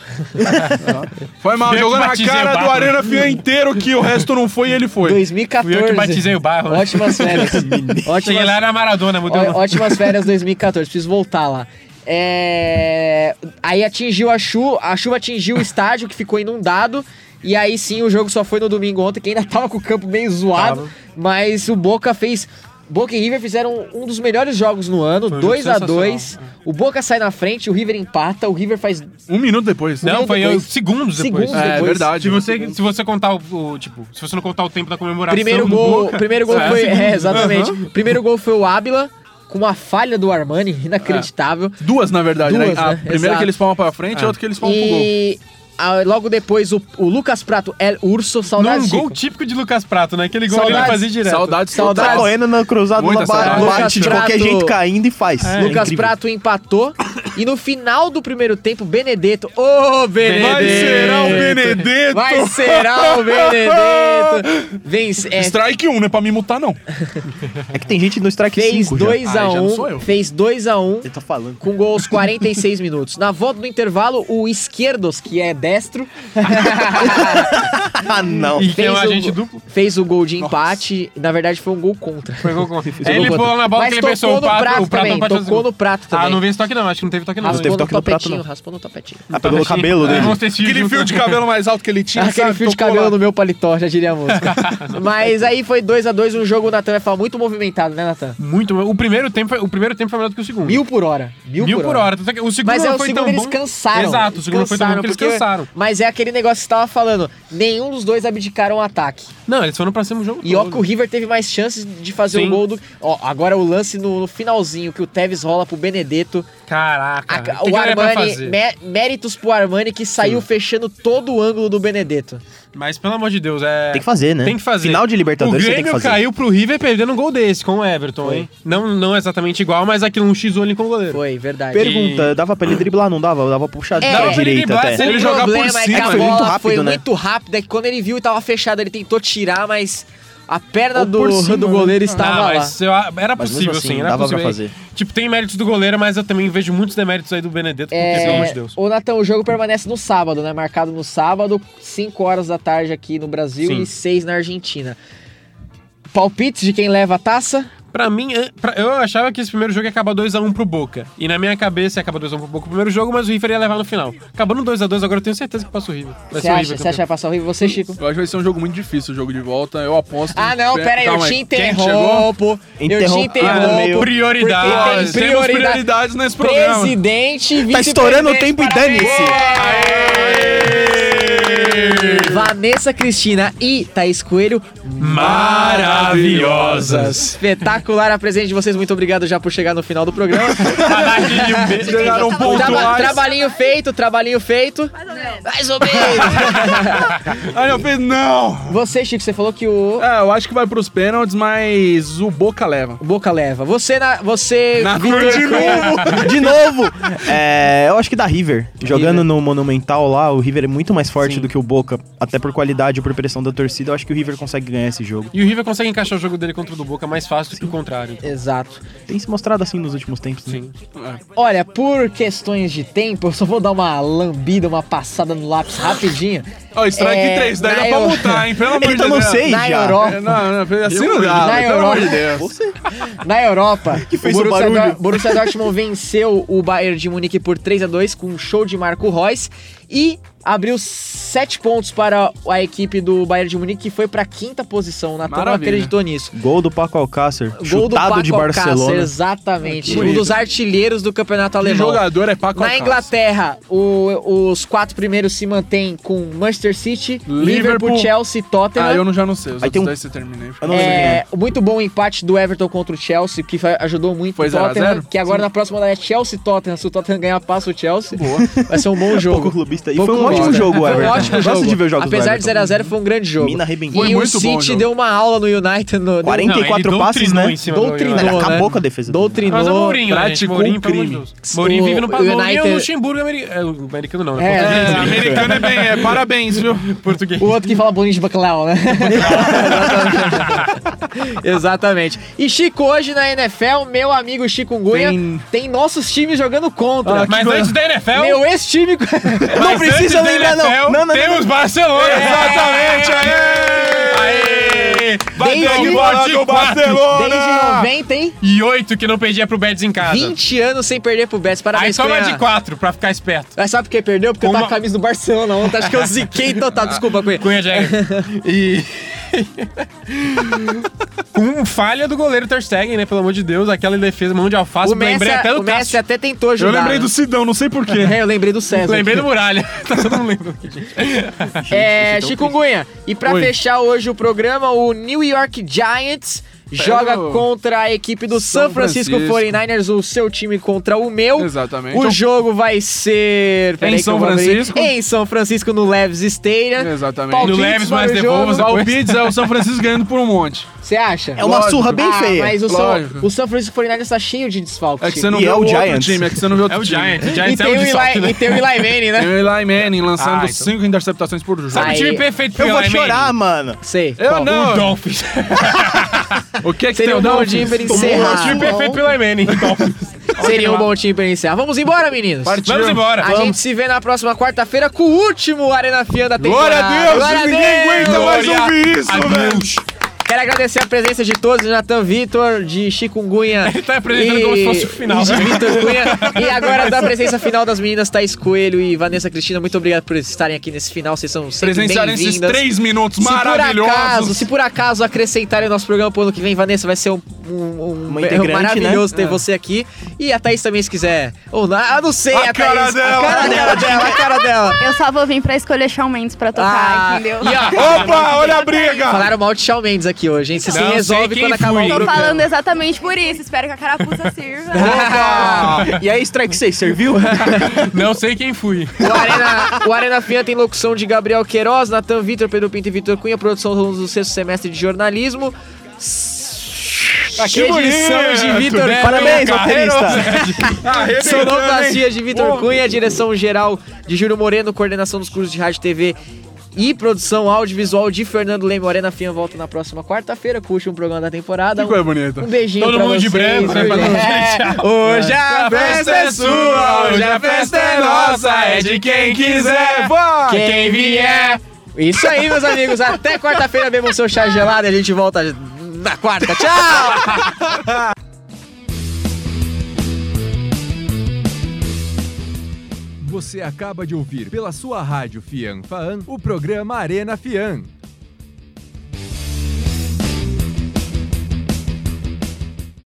Foi mal,
Eu
jogou na
batizei o
cara do
Barba.
Arena Fian inteiro que o resto não foi e ele foi.
Fui
2014.
eu que batizei o bairro. né?
Ótimas férias.
Cheguei
Ótimas
lá na Maradona, mudou o
Ó-
nome.
Ótimas férias 2014, preciso voltar lá. É, Aí atingiu a chuva, a chuva atingiu o estádio que ficou inundado. E aí sim o jogo só foi no domingo ontem, que ainda tava com o campo meio zoado. Mas o Boca fez. Boca e River fizeram um dos melhores jogos no ano,
um jogo é.
2 a 2 O Boca sai na frente, o River empata, o River faz
Um minuto depois.
Não,
minuto
foi eu,
depois.
segundos depois.
Segundos
É
depois.
verdade.
Se você, se você contar o, o- Tipo, se você não contar o tempo da comemoração.
Primeiro
do
gol,
Boca,
primeiro gol
é,
foi.
segundos.
É, exatamente. Primeiro gol foi o Ábila, com uma falha do Armani, inacreditável.
Duas, na verdade,
Duas,
né? A
né?
primeira
Exato.
que eles palmam pra frente e a outra que eles
um
palmam pro gol.
E ah, logo depois o, o Lucas Prato, El Urso, saudades.
Num um gol
Zico.
típico de Lucas Prato, né? Aquele gol
Saudades.
ele fazia direto. É,
Saudades,
Saudades.
Tá
totais.
correndo na cruzada,
Muita
lá ba-
saudade.
bate de
Lucas
qualquer
Prato.
jeito caindo e faz. É
Lucas
incrível.
Prato empatou e no final do primeiro tempo, Benedetto. Ô, Benedetto!
Vai será o Benedetto.
Vai será o Benedetto! Vence, é,
Strike 1, um, não é pra me mutar, não.
É que tem gente no Strike
fez
5 já.
2x1.
já não sou eu.
fez 2x1
Você tá falando.
com gol aos 46 minutos. Na volta do intervalo, o Esquerdos, que é destro,
Ah, não.
E tem
Fez o-
um agente duplo.
fez o gol de empate. Na verdade, foi um gol contra.
Foi gol contra. Ele
Gol
pulou
contra.
na bola
é Mas
que ele pensou
tocou
o
no
prato.
prato
o prato
também,
não pode fazer
tocou
gol.
no prato também.
Ah, não veio estoque não, acho que não teve teve toque não.
Mas
né?
teve
Raspou no
toque no prato,
topetinho,
não.
raspou no topetinho.
Ah, pegou o
Travestinho.
cabelo dele.
É, mostrei esse
Aquele
vídeo
fio
no-
de cabelo mais alto que ele tinha,
Aquele
sabe?
fio de
Tocou
cabelo
lá.
no meu paletó, já diria a música. Mas aí foi 2 a 2 um jogo, Natan, vai falar, muito movimentado, né, Natan?
Muito. O primeiro, tempo, foi- o primeiro tempo foi melhor do que o segundo.
Mil por hora. Mil,
Mil por hora. Tanto é que O segundo
Mas é
não
o
foi
segundo
tão
eles
bom.
cansaram.
Exato, o segundo não foi tão bom
Cansaram,
porque eles
porque-
cansaram.
Mas é aquele negócio que você tava falando. Nenhum dos dois abdicaram o ataque.
Não, eles foram pra cima do jogo.
E ó, que
todo.
o River teve mais chances de fazer o
Sim.
gol do. Ó, agora o lance no, no finalzinho que o Tevez rola pro Benedetto.
Caraca.
A-
tem que
o
olhar pra
Armani,
fazer.
mé- méritos pro Armani que saiu fechando todo o ângulo do Benedetto.
Mas pelo amor de Deus, é.
Tem que fazer, né?
Tem que fazer.
Final de
o
Libertadores você
Grêmio
tem que fazer.
caiu pro River perdendo um gol desse com o Everton, hein? Não, não exatamente igual, mas aquilo um x 1 ali com o goleiro.
Foi, verdade.
Pergunta, dava pra ele driblar? Não dava? Dava pra puxar
É,
pra
ele
direita
driblar,
até.
se ele
o
jogar por
problema é que
cima,
a
foi muito
bola
rápido,
foi
né?
muito rápida, é que quando ele viu e tava fechada, ele tentou tirar, mas a perna
Ou por
do,
cima,
do
né?
goleiro estava
Ah,
lá.
mas eu- era
Mas mesmo
possível,
assim,
sim. Era
dava pra
possível.
fazer.
Tipo, tem méritos do goleiro, mas eu também vejo muitos deméritos aí do Benedetto, porque,
É.
pelo amor de Deus.
É, Ô, Natan, o jogo permanece no sábado, né? Marcado no sábado, 5 horas da tarde aqui no Brasil
Sim.
e 6 na Argentina. Palpites de quem leva a taça?
Pra mim, eh, pra- eu achava que esse primeiro jogo ia acabar 2x1 pro Boca. E na minha cabeça ia acabar 2x1 pro Boca o primeiro jogo, mas o River ia levar no final. Acabando 2x2, agora eu tenho certeza que passa o River.
Você
Vai ser o
acha,
River
você acha que vai
campeão.
passar o River? Você, Chico?
Eu acho que vai ser um jogo muito difícil o jogo de volta. Eu aposto.
Ah, não,
Pe-
pera aí, eu
Calma
te
Quem chegou?
interrompo. Eu te
Interrompo. Ah,
interrompo.
meio-
Porque
Prioridades.
tem
Temos
prioridade-
prioridades nesse programa.
Presidente e
Tá estourando o tempo e
vice-presidente,
dane-se.
parabéns! Vanessa Cristina e Thaís Coelho,
Maravilhosas.
espetacular a presença de vocês. Muito obrigado já por chegar no final do programa.
Ganharam
Traba-
pontuais.
trabalhinho feito, trabalhinho feito. Mais ou menos.
Aí eu falei, não!
Você, Chico, você falou que o
É, eu acho que vai pros pênaltis, mas o Boca leva.
Boca leva. Você na. Você.
de novo!
Uh, De novo! É, eu acho que da River. Jogando
River.
no Monumental lá, o River é muito mais forte do que o Boca. Até por qualidade e por pressão da torcida, eu acho que o River consegue ganhar esse jogo.
E o River consegue encaixar o jogo dele contra o do Boca mais fácil do que o contrário.
Exato.
Tem se mostrado assim nos últimos tempos, né?
Sim.
Olha, por questões de tempo, eu só vou dar uma lambida, uma passada no lápis rapidinho.
Ó, strike
É,
3, daí
na
dá pra
Eu-
multar, hein? Pelo amor
Ele
de Deus.
tomou seis
Na
já.
Europa.
É, Não, não, assim não dá,
Na
velho, pelo amor de
Europa.
Deus.
Na Europa,
fez
o
um
Borussia,
barulho.
Dor- Borussia Dortmund venceu o Bayern de Munique por 3 a 2 com um show de Marco Reus e abriu 7 pontos para a equipe do Bayern de Munique, que foi para a quinta posição. O Natan não
Maravilha.
acreditou nisso.
Gol do Paco Alcácer,
Gol do
chutado
Paco
de
Alcácer,
Barcelona.
exatamente. Um
Bonito.
dos artilheiros do campeonato
Que
alemão.
jogador é Paco
Na
Alcácer.
Inglaterra, o- os quatro primeiros se mantêm com Manchester City, Liverpool,
Liverpool,
Chelsea e Tottenham.
Ah, eu não, já não sei. Os
Aí tem
outros dois
um-
você terminei.
Eu não lembro quem
É, muito bom o empate do Everton contra o Chelsea, que fa- ajudou muito
Foi
o
0 a 0?
Tottenham. Que agora na próxima rodada é Chelsea e Tottenham. Se o Tottenham ganhar, passa o Chelsea. Vai ser um bom jogo.
Pouco clubista. E
Pouco
foi um ótimo
clubista.
jogo,
Foi um
Everton.
ótimo
Eu
jogo.
gosto de ver os jogos do
Apesar de
Everton.
0x0, foi um grande jogo.
Mina arrebentou.
E
Foi
o
muito bom o
City
jogo.
deu uma aula no United. No, deu-
40 44
Não, ele
passes,
doutrinou
né?
em cima do
Doutrinou.
United.
Ele
né?
acabou com a defesa. do United.
doutrinou.
Mas é o Mourinho, né, gente?
praticou
Mourinho,
um
pelo amor de
crime.
Deus. Mourinho vive no
O
Brasil. Mourinho é
United-
o Luxemburgo ameri- é, o americano, não,
É,
né?
É, americano é bem, é parabéns, viu?
Português.
O outro que fala bolinho de bacalhau, né? Exatamente. E Chico, hoje na NFL, meu amigo Chico Gunha, tem,
Tem-
nossos times jogando contra.
Ah, Mas é antes da NFL.
Meu ex-time.
Não precisa
antes da
lembrar, não.
NFL,
Não, não, não,
Temos
não.
Barcelona.
Exatamente, aê!
É. Aê!
Desde-
Bateu bate o
Desde 90, hein?
E oito que não perdia pro Betis em casa.
20 anos sem perder pro Betis.
Aí
Parabéns,
toma
Cunha.
de quatro pra ficar esperto.
Mas sabe por que perdeu? Porque eu tava
Uma-
com a camisa do Barcelona ontem. Acho que eu ziquei total. Desculpa, Cunha.
Cunha Jagger. E. Com falha do goleiro Ter Stegen, né? Pelo amor de Deus, aquela defesa, mão de alface.
O Messi, é-
lembrei até
o
do
Messi
Cássio.
até tentou
Eu
jogar. né?
lembrei do Sidão, não sei porquê.
É, eu lembrei do César.
Lembrei do Muralha. tá todo mundo lembrando aqui, gente.
É, Chikungunya, e pra fechar hoje o programa, o New York Giants joga contra a equipe do San
São
Francisco,
Francisco.
49ers, o seu time contra o meu.
Exatamente.
O
Então,
jogo vai ser peraí
Em
que eu
São
vou abrir.
Francisco.
Em São Francisco, no Leves Stadium.
Exatamente.
Palpites
No Leves,
para
mas
o
devolva-
jogo.
Palpites é o São Francisco ganhando por um monte.
Você acha?
É uma
Lógico.
surra bem
ah,
feia.
mas o São,
Lógico.
o São Francisco 49ers tá cheio de desfalques.
É que
Chico.
você não
E
vê
é o
o outro
Giants.
time, é que você não vê outro
É o
time.
Giants. O
e,
Giants é
tem
o
o
de sorte,
Eli,
né?
e tem o Eli Manning,
Tem
né?
o Eli Manning lançando
Ah, então.
cinco interceptações por jogo.
Sabe o
Aí-
time perfeito pro
Eu vou
Eli
chorar,
Manning?
mano.
Sei.
Eu
Qual?
não.
O Dolphins.
O que é que tem
Seria um
o
bom
Dolphins?
time pra
Tomou-
encerrar.
O time perfeito pro Eli Manning. Dolphins.
Seria um bom time pra iniciar. Vamos embora, meninos.
Partiu.
Vamos embora.
A gente se vê na próxima quarta-feira com o último Arena Fia da temporada.
Glória a Deus,
Glória a
ninguém
Deus!
um
aguenta mais
Glória
ouvir isso,
a
velho.
Deus.
Quero agradecer a presença de todos, de Natan Vitor, de Chikungunya.
Ele tá apresentando como se fosse o final,
E de
né?
Vitor Cunha. E agora da presença final das meninas Thaís Coelho e Vanessa Cristina. Muito obrigado por estarem aqui nesse final. Vocês são sempre
Presenciaram esses
bem-vindas.
três minutos
Se por
maravilhosos.
acaso, se por acaso acrescentarem o nosso programa pro ano que vem, Vanessa, vai ser um, um- um-
Uma integrante,
maravilhoso
né?
ter
É.
você aqui. E a Thaís também, se quiser. Ou não, ah, não sei,
A
a
cara
Thaís.
dela,
a cara dela, dela, a cara dela.
Eu só vou vir pra escolher Shawn Mendes pra tocar,
Ah,
entendeu?
e ó,
Opa, olha a briga!
Falaram mal de Shawn Mendes aqui hoje, hein? Você se
Não sei
resolve
quem
quando acabar
fui.
o
Tô
programa.
falando exatamente por isso. Espero que a carapuça sirva.
E aí, Strike 6, serviu?
Não sei quem fui.
O Arena, o Arena Fian tem locução de Gabriel Queiroz, Natan Vitor, Pedro Pinto e Vitor Cunha, produção do sexto semestre de jornalismo.
Que
edição de Vitor
Beto
Parabéns,
Carreiro.
roteirista.
Sonoplastia de Vitor Cunha, direção geral de Júlio Moreno, coordenação dos cursos de rádio e TV e produção audiovisual de Fernando Leme. O Arena Fian volta na próxima quarta-feira com o último programa da temporada.
Que coisa
Um,
bonita.
um beijinho
Todo
pra
mundo de
vocês,
branco, né?
viu,
Pra não
gente? É,
dizer tchau.
Hoje a
A
festa é sua, hoje a festa é nossa, é de
quem quiser,
Vai!
quem vier.
Isso aí, meus amigos. Até quarta-feira, bebam seu chá gelado e a gente volta na quarta. Tchau!
Você acaba de ouvir pela sua rádio Fianfaan o programa Arena Fian.